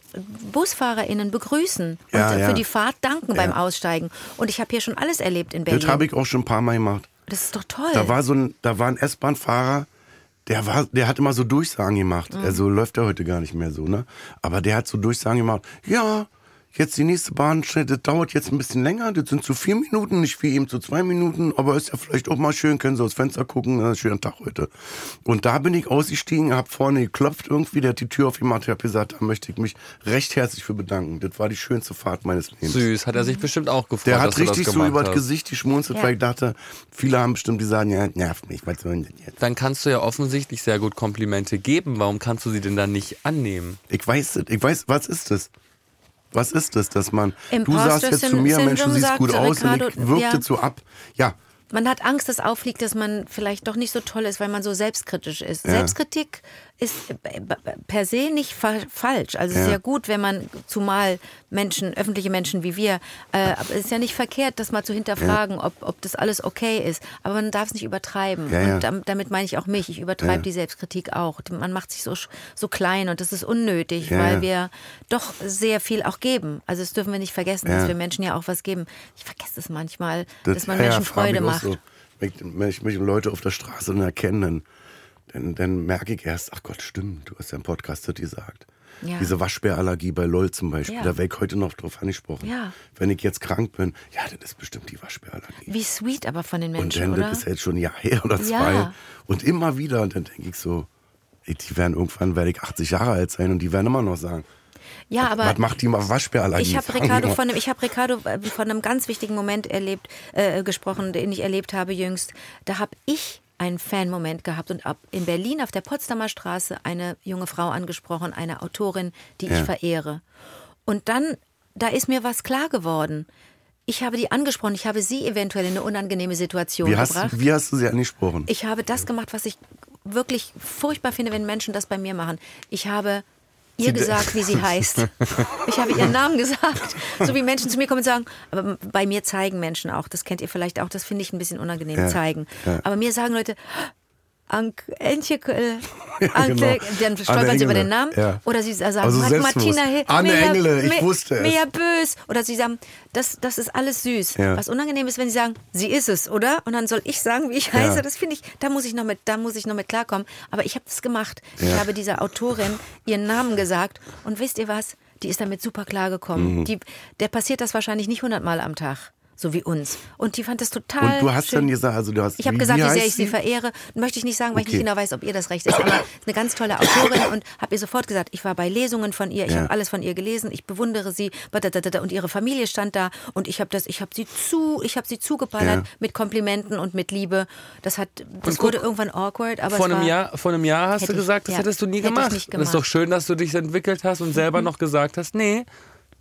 D: BusfahrerInnen begrüßen
B: Ja,
D: und äh,
B: ja.
D: für die Fahrt danken beim Aussteigen. Und ich habe hier schon alles erlebt in
B: Das
D: Berlin.
B: habe ich auch schon ein paar Mal gemacht.
D: das ist doch toll.
B: Da war so ein, da war ein S-Bahn-Fahrer, der war, der hat immer so Durchsagen gemacht. Also läuft er heute gar nicht mehr so, ne? Aber der hat so Durchsagen gemacht. Ja, jetzt die nächste Bahn, das dauert jetzt ein bisschen länger. Das sind zu vier Minuten, nicht wie eben zu zwei Minuten. Aber ist ja vielleicht auch mal schön, können Sie aus Fenster gucken. Äh, schönen Tag heute. Und da bin ich ausgestiegen, hab vorne geklopft irgendwie. Der hat die Tür aufgemacht. Ich hab gesagt, da möchte ich mich recht herzlich für bedanken. Das war die schönste Fahrt meines Lebens.
C: Süß, hat er sich bestimmt auch gefreut.
B: Der
C: dass
B: hat
C: du
B: richtig
C: das
B: so
C: gemacht
B: über das
C: hast.
B: Gesicht geschmunzelt,
D: Ja.
B: weil ich dachte, viele haben bestimmt gesagt, ja, nervt mich, was soll denn das jetzt?
C: Dann kannst du ja offensichtlich sehr gut Komplimente geben. Warum kannst du sie denn dann nicht annehmen?
B: Ich weiß das, ich weiß, was ist das? Was ist das, dass man, du
D: Imposter
B: sagst jetzt zu
D: Syn-
B: mir, Mensch, du
D: Syndrom,
B: siehst gut
D: sagt
B: aus und
D: Ricardo,
B: ich wirkte
D: ja.
B: so ab. Ja,
D: man hat Angst, dass auffliegt, dass man vielleicht doch nicht so toll ist, weil man so selbstkritisch ist. Selbstkritik ist äh, b- b- per se nicht fa falsch. Also es ist
B: Ja.
D: ja gut, wenn man zumal Menschen, öffentliche Menschen wie wir, äh, aber es ist ja nicht verkehrt, das mal zu hinterfragen, ob, ob das alles okay ist. Aber man darf es nicht übertreiben.
B: Ja, ja.
D: Und dam- damit meine ich auch mich. Ich übertreibe
B: Ja.
D: die Selbstkritik auch. Man macht sich so, sch- so klein und das ist unnötig,
B: Ja,
D: weil
B: ja.
D: wir doch sehr viel auch geben. Also das dürfen wir nicht vergessen,
B: Ja.
D: dass wir Menschen ja auch was geben. Ich vergesse es manchmal,
B: das,
D: dass man
B: ja,
D: Menschen
B: ja, frag mich
D: Freude
B: auch
D: macht.
B: so. Wenn ich, wenn ich mich Leute auf der Straße dann erkennen, dann, dann merke ich erst, ach Gott, stimmt, du hast ja im Podcast das gesagt.
D: Ja.
B: Diese Waschbärallergie bei LOL zum Beispiel,
D: Ja.
B: da wäre ich heute noch drauf angesprochen.
D: Ja.
B: Wenn ich jetzt krank bin, ja, das ist bestimmt die Waschbärallergie.
D: Wie sweet aber von den
B: Und
D: Menschen,
B: dann,
D: oder?
B: das ist jetzt schon ein Jahr her oder zwei.
D: Ja.
B: Und immer wieder, und dann denke ich so, ey, die werden irgendwann, werde ich 80 Jahre alt sein und die werden immer noch sagen,
D: ja, aber
B: was macht die mal Waschbärallergie?
D: ich habe
B: Sagen
D: Ricardo
B: wir.
D: von einem, ich habe Ricardo äh, von einem ganz wichtigen Moment erlebt, äh, gesprochen, den ich erlebt habe jüngst. Da habe ich einen Fan-Moment gehabt und ab in Berlin auf der Potsdamer Straße eine junge Frau angesprochen, eine Autorin, die ich
B: Ja.
D: verehre. Und dann, da ist mir was klar geworden. Ich habe die angesprochen, ich habe sie eventuell in eine unangenehme Situation
B: Wie
D: gebracht.
B: hast, wie hast du sie angesprochen?
D: Ich habe das gemacht, was ich wirklich furchtbar finde, wenn Menschen das bei mir machen. Ich habe ihr gesagt, wie sie heißt. Ich habe ihren Namen gesagt. So wie Menschen zu mir kommen und sagen, aber bei mir zeigen Menschen auch, das kennt ihr vielleicht auch, das finde ich ein bisschen unangenehm,
B: Ja,
D: zeigen.
B: ja.
D: Aber mir sagen Leute, Ank, Entje, äh,
B: Ja,
D: Anke,
B: genau.
D: dann
B: Anne
D: stolpern sie über
B: Engele.
D: den Namen.
B: Ja.
D: Oder sie sagen,
B: Also
D: "Hat
B: selbstbewusst.
D: Martina Hill.
B: Anne
D: mega-
B: Engele, ich
D: me-
B: wusste es.
D: Mega bös. Oder sie sagen, das, das ist alles süß.
B: Ja.
D: Was unangenehm ist, wenn sie sagen, sie ist es, oder? Und dann soll ich sagen, wie ich heiße. Das finde ich, da muss ich noch mit, da muss ich noch mit klarkommen. Aber ich habe das gemacht. Ich
B: Ja.
D: habe dieser Autorin ihren Namen gesagt.
B: Mhm.
D: Und wisst ihr was? Die ist damit super klargekommen. Die, der passiert das wahrscheinlich nicht hundertmal am Tag. so wie uns. Und die fand das total
B: Und du hast
D: schön.
B: dann gesagt, also du hast.
D: Ich habe
B: wie-
D: gesagt, wie,
B: wie
D: sehr
B: heißt
D: ich sie verehre. Möchte ich nicht sagen, weil ich
B: Okay.
D: nicht genau weiß, ob ihr das recht ist. Aber ist eine ganz tolle Autorin und habe ihr sofort gesagt, ich war bei Lesungen von ihr, ich
B: Ja.
D: habe alles von ihr gelesen, ich bewundere sie badadadada, und ihre Familie stand da und ich habe das, ich habe sie zu, ich habe sie zugeballert
B: Ja.
D: mit Komplimenten und mit Liebe. Das hat, das
C: guck,
D: wurde irgendwann awkward, aber
C: Vor
D: es
C: einem,
D: war,
C: Jahr, vor einem Jahr hast
D: Hätte
C: du
D: ich-
C: gesagt, das
D: ja.
C: hättest du nie
D: Hätte ich
C: gemacht.
D: nicht
C: Und es ist doch
D: gemacht. Mhm.
C: schön, dass du dich entwickelt hast und selber noch gesagt hast, nee,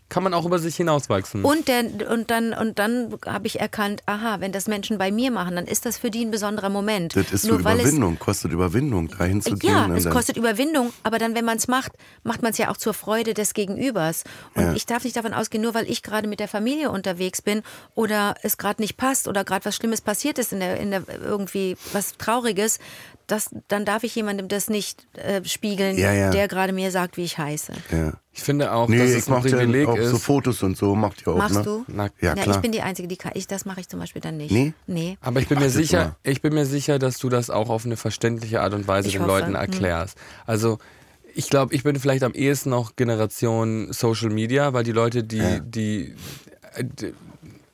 C: kann man auch über sich hinauswachsen.
D: Und, der, und dann, und dann habe ich erkannt, aha, wenn das Menschen bei mir machen, dann ist das für die ein besonderer Moment.
B: Das ist so
D: Nur weil es
B: Überwindung, kostet Überwindung, dahin zu gehen.
D: Ja,
B: und
D: es
B: dann-
D: kostet Überwindung, aber dann, wenn man es macht, macht man es ja auch zur Freude des Gegenübers. Und
B: Ja.
D: ich darf nicht davon ausgehen, nur weil ich gerade mit der Familie unterwegs bin oder es gerade nicht passt oder gerade was Schlimmes passiert ist in der, in der irgendwie was Trauriges, das, dann darf ich jemandem das nicht äh, spiegeln,
B: Ja, ja.
D: der gerade mir sagt, wie ich heiße.
B: Ja.
C: ich finde auch, dass
B: Nee,
C: es
B: ich
C: ein
B: mache
C: Privileg
B: ja auch
C: ist.
B: so Fotos und so, macht ihr auch,
D: Machst
B: ne?
D: du?
C: Na,
B: Ja,
D: Na,
B: klar.
D: ich bin die Einzige, die kann. Ich, das mache ich zum Beispiel dann nicht.
B: Nee?
D: Nee.
C: Aber ich bin mir
B: das
C: sicher,
B: immer.
C: ich bin mir sicher, dass du das auch auf eine verständliche Art und Weise
D: Ich
C: den
D: hoffe,
C: Leuten
D: hm.
C: erklärst. Also ich glaube, ich bin vielleicht am ehesten noch Generation Social Media, weil die Leute, die, die, äh, die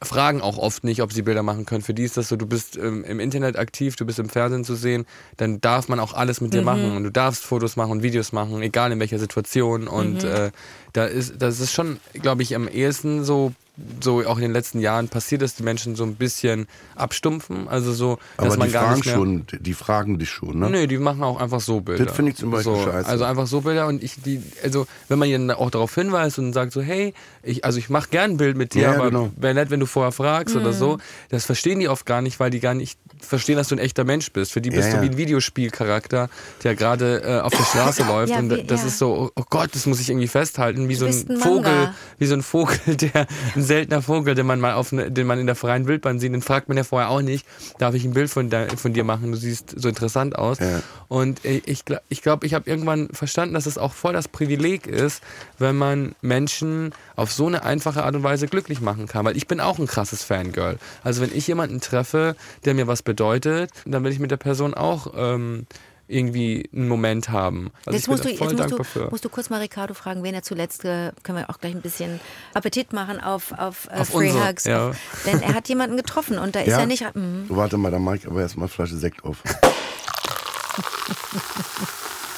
C: fragen auch oft nicht, ob sie Bilder machen können. Für die ist das so, du bist ähm, im Internet aktiv, du bist im Fernsehen zu sehen, dann darf man auch alles mit dir machen und du darfst Fotos machen und Videos machen, egal in welcher Situation. Und äh, da ist, das ist schon, glaube ich, am ehesten so, so auch in den letzten Jahren passiert, dass die Menschen so ein bisschen abstumpfen. Also so,
B: Aber
C: dass man
B: die
C: gar
B: fragen
C: nicht mehr,
B: schon, die fragen dich schon, ne?
C: Nö, die machen auch einfach so Bilder.
B: Das finde ich zum Beispiel
C: so,
B: scheiße.
C: Also einfach so Bilder und ich, die, also wenn man ihnen auch darauf hinweist und sagt so, hey, ich, also ich mache gern ein Bild mit dir,
B: Ja,
C: aber
B: genau.
C: wäre nett, wenn du vorher fragst oder
D: Mhm.
C: so. Das verstehen die oft gar nicht, weil die gar nicht verstehen, dass du ein echter Mensch bist. Für die bist
B: Ja,
C: du
B: ja.
C: wie ein Videospielcharakter, der gerade äh, auf der Straße läuft
D: Ja,
C: und
D: wie-
C: das
D: ja.
C: ist so, oh Gott, das muss ich irgendwie festhalten, wie so
D: bist
C: ein,
D: ein
C: Vogel,
D: Manga.
C: wie so ein Vogel, der ein seltener Vogel, den man mal auf, ne- den man in der freien Wildbahn sieht, den fragt man ja vorher auch nicht, darf ich ein Bild von, de, von dir machen? Du siehst so interessant aus.
B: Ja.
C: Und ich glaube, ich, gla- ich, glaub, ich habe irgendwann verstanden, dass es auch voll das Privileg ist, wenn man Menschen auf so eine einfache Art und Weise glücklich machen kann. Weil ich bin auch ein krasses Fangirl. Also wenn ich jemanden treffe, der mir was bedeutet, dann will ich mit der Person auch ähm, irgendwie einen Moment haben. Also ich
D: Jetzt
C: bin
D: musst, du,
C: da voll
D: jetzt musst,
C: dankbar
D: du,
C: für.
D: musst du kurz mal Ricardo fragen, wen er zuletzt, äh, können wir auch gleich ein bisschen Appetit machen auf, auf, äh,
C: Auf
D: Free
C: unsere,
D: Hugs.
C: ja.
D: Auf, denn er hat jemanden getroffen und da ist
B: Ja?
D: er nicht. Mhm.
B: So, Warte mal, dann mache ich aber erstmal Flasche Sekt auf.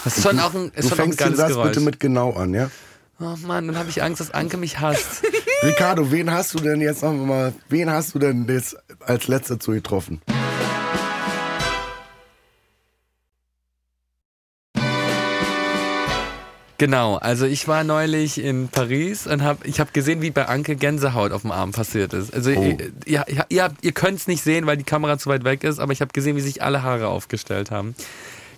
C: Das ist schon auch
B: Du
C: ein, ist schon auch ein
B: fängst den
C: geiles
B: Satz
C: Geräusch.
B: bitte mit genau an, ja?
C: Oh Mann, dann habe ich Angst, dass Anke mich hasst.
B: Ricardo, wen hast du denn jetzt sagen wir mal, wen hast du denn jetzt als letzter zu getroffen?
C: genau, also ich war neulich in Paris und hab, ich habe gesehen, wie bei Anke Gänsehaut auf dem Arm passiert ist. Also
B: Oh.
C: ihr, ihr, ihr, habt- ihr könnt es nicht sehen, weil die Kamera zu weit weg ist, aber ich habe gesehen, wie sich alle Haare aufgestellt haben.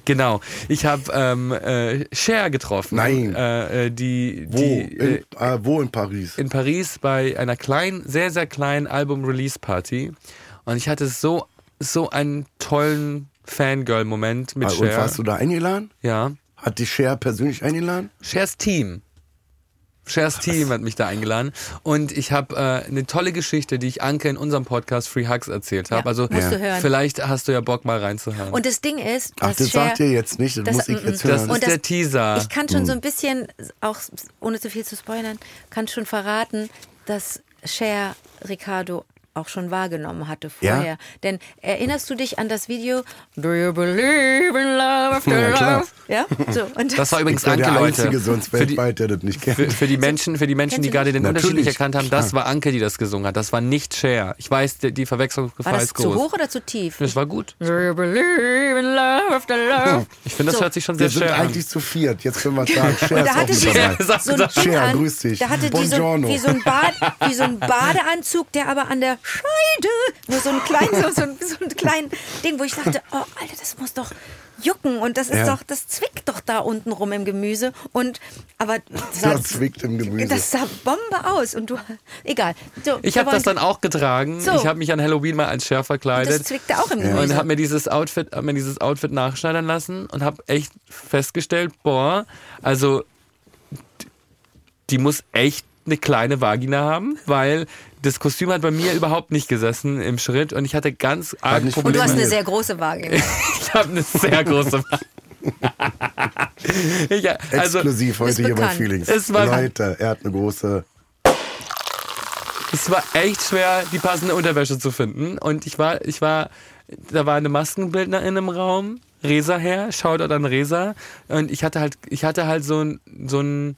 C: Genau, ich habe ähm, äh, Cher getroffen.
B: Nein.
C: Äh, äh, die,
B: Wo?
C: die,
B: in,
C: äh,
B: äh, wo in Paris?
C: in Paris bei einer kleinen, sehr, sehr kleinen Album-Release-Party. Und ich hatte so, so einen tollen Fangirl-Moment mit
B: Ah, und
C: Cher.
B: warst du da eingeladen?
C: ja.
B: Hat die Cher persönlich eingeladen?
C: Shares Team. Shares Team hat mich da eingeladen. Und ich habe äh, eine tolle Geschichte, die ich Anke in unserem Podcast Free Hugs erzählt habe.
D: Ja,
C: also
D: musst du Ja. hören.
C: vielleicht hast du ja Bock mal reinzuhören.
D: Und das Ding ist,
B: Ach,
D: dass
B: das
D: Cher,
B: sagt ihr jetzt nicht, das,
D: das-
B: muss ich jetzt
D: mm, mm.
C: das
B: hören.
C: ist
D: Und das-
C: der Teaser.
D: ich kann schon so ein bisschen, auch ohne zu viel zu spoilern, kann schon verraten, dass Cher Ricardo auch schon wahrgenommen hatte
B: Ja?
D: vorher. Denn erinnerst du dich an das Video Do you believe in love after
B: Ja, klar.
D: love? Ja, so. Und
C: Hm, das war übrigens
B: ich bin
C: Anke,
B: der
C: Leute.
B: Einzige sonst
C: für, die,
B: weltweit, der das nicht kennt.
C: für, für die Menschen, für die Menschen, die gerade den
B: Natürlich,
C: Unterschied nicht erkannt haben, das
B: klar.
C: war Anke, die das gesungen hat. Das war nicht Cher. Ich weiß, die, die
D: war
C: Verwechslungsgefahr
D: das
C: ist groß.
D: zu hoch oder zu tief?
C: Das war gut.
D: Do you believe in love after love?
C: Ich finde, das hört sich schon sehr
B: Wir sind
C: Cher an.
B: eigentlich zu viert. Jetzt können wir sagen, Cher
D: Und
B: ist
D: da
B: auch
D: hatte
B: mit
D: sie
B: dabei.
C: Cher ist
D: so ein Ding
B: Cher,
D: an,
B: grüß dich.
D: Da hatte die so, ein-
B: Buongiorno.
D: wie, so ein Bade, wie so ein Badeanzug, der aber an der Scheide nur so ein klein, so, so, ein- so ein kleinen Ding, wo ich dachte, oh Alter, das muss doch jucken und das ist
B: Ja.
D: doch, das zwickt doch da unten rum im Gemüse und aber das,
B: Das zwickt im Gemüse.
D: Das sah Bombe aus und du, egal. So,
C: Ich
D: wir
C: habe das
D: wollen-
C: dann auch getragen.
D: So.
C: Ich habe mich an Halloween mal als Cher verkleidet.
D: Das zwickte auch im
C: und
D: Gemüse.
C: habe mir dieses Outfit, hab mir dieses Outfit nachschneidern lassen und habe echt festgestellt, boah, also d- die muss echt eine kleine Vagina haben, weil das Kostüm hat bei mir überhaupt nicht gesessen im Schritt und ich hatte ganz arg
B: nicht
D: und du
C: Probleme.
D: hast eine sehr große Waage.
C: ich habe eine sehr große Vagina. ich, also,
B: Exklusiv heute
D: ist
B: hier bei
D: bekannt.
B: Feelings.
C: Es war-
B: Leute, er hat eine große.
C: Es war echt schwer, die passende Unterwäsche zu finden. Und ich war, ich war, da war eine Maskenbildnerin im Raum, Resa her, Shoutout an Resa. Und ich hatte halt, ich hatte halt so ein, so ein,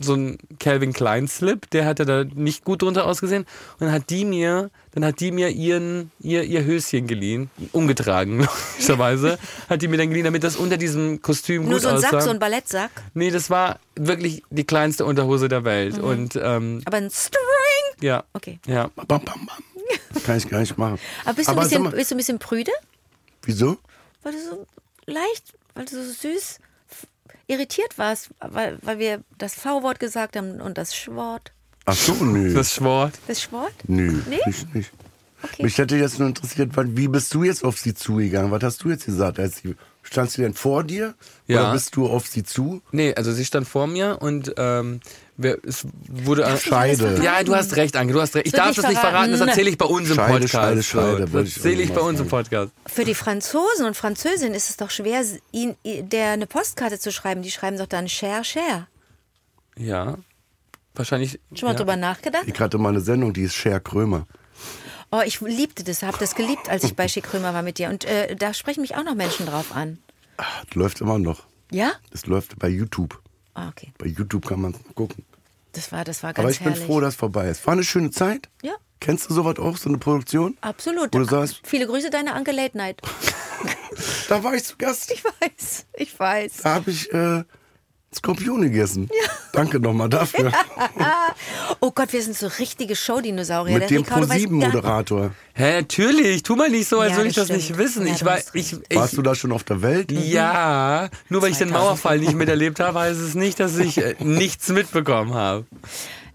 C: so ein Calvin Klein Slip, der hatte da nicht gut drunter ausgesehen. Und dann hat die mir, dann hat die mir ihren, ihr, ihr Höschen geliehen, ungetragen logischerweise, hat die mir dann geliehen, damit das unter diesem Kostüm
D: Nur
C: gut
D: so ein
C: aussah.
D: Sack, so ein Ballettsack,
C: nee, das war wirklich die kleinste Unterhose der Welt. Und ähm,
D: aber ein String.
C: ja,
D: Mhm. Okay.
C: ja.
B: Bam, bam, bam. Kann ich gar nicht machen.
D: Aber bist du, ein,
B: sag
D: bisschen,
B: mal,
D: bist du ein bisschen prüde?
B: Wieso?
D: Weil du so leicht, weil du so süß f- irritiert warst, weil, weil wir das V-Wort gesagt haben und das Schwort.
B: Ach so, nö.
C: Das Schwort.
D: Das Schwort?
B: nö,
D: Nee?
B: nicht, nicht.
D: Okay.
B: Mich hätte jetzt nur interessiert, wann- wie bist du jetzt auf sie zugegangen? Was hast du jetzt gesagt? Als sie, standst du denn vor dir?
C: Ja.
B: Oder bist du auf sie zu?
C: Nee, also sie stand vor mir und ähm, wer, es wurde.
B: Scheide.
C: Ja, du hast recht, Anke, du hast recht. Ich
D: Das wird
C: darf
D: nicht
C: das nicht verraten, das
D: verraten.
C: erzähle ich bei uns im
B: Scheide,
C: Podcast.
B: Scheide, Scheide,
C: So,
B: wollte
C: das
B: ich
C: erzähle ich bei
B: irgendwas
C: uns im Podcast.
D: Für die Franzosen und Französinnen ist es doch schwer, ihn, der eine Postkarte zu schreiben. Die schreiben doch dann Cher, Cher.
C: Ja. Wahrscheinlich.
D: Schon mal
C: ja.
D: drüber nachgedacht?
B: Ich hatte mal eine Sendung, die ist Cher Krömer.
D: Oh, ich liebte das, hab das geliebt, als ich bei Schick Krömer war mit dir. Und äh, da sprechen mich auch noch Menschen drauf an.
B: Ah, Das läuft immer noch.
D: Ja?
B: Das läuft bei YouTube.
D: Ah, okay.
B: Bei YouTube kann man gucken.
D: Das war, das war ganz
B: Aber ich
D: herrlich.
B: bin froh, dass es vorbei ist. War eine schöne Zeit.
D: Ja.
B: Kennst du sowas auch, so eine Produktion?
D: Absolut.
B: Wo du sagst,
D: Viele Grüße, deine Anke Late Night.
B: da war ich zu Gast.
D: Ich weiß, ich weiß.
B: Da habe ich äh, Skorpione gegessen. Danke nochmal dafür.
D: Oh Gott, wir sind so richtige Showdinosaurier.
B: Mit
D: Der
B: dem
D: Ricardo weiß gar-
B: Pro7-Moderator.
C: Hä, natürlich. Tu mal nicht so, als
D: Ja,
C: würde ich
D: das
C: das nicht
D: stimmt.
C: wissen.
D: Ja,
C: ich
D: du
C: war.
D: hast
C: Ich,
D: recht.
C: ich,
B: Warst du da schon auf der Welt?
C: ja, nur weil ich den
D: 2000.
C: Mauerfall nicht miterlebt habe, heißt es nicht, dass ich äh, nichts mitbekommen habe.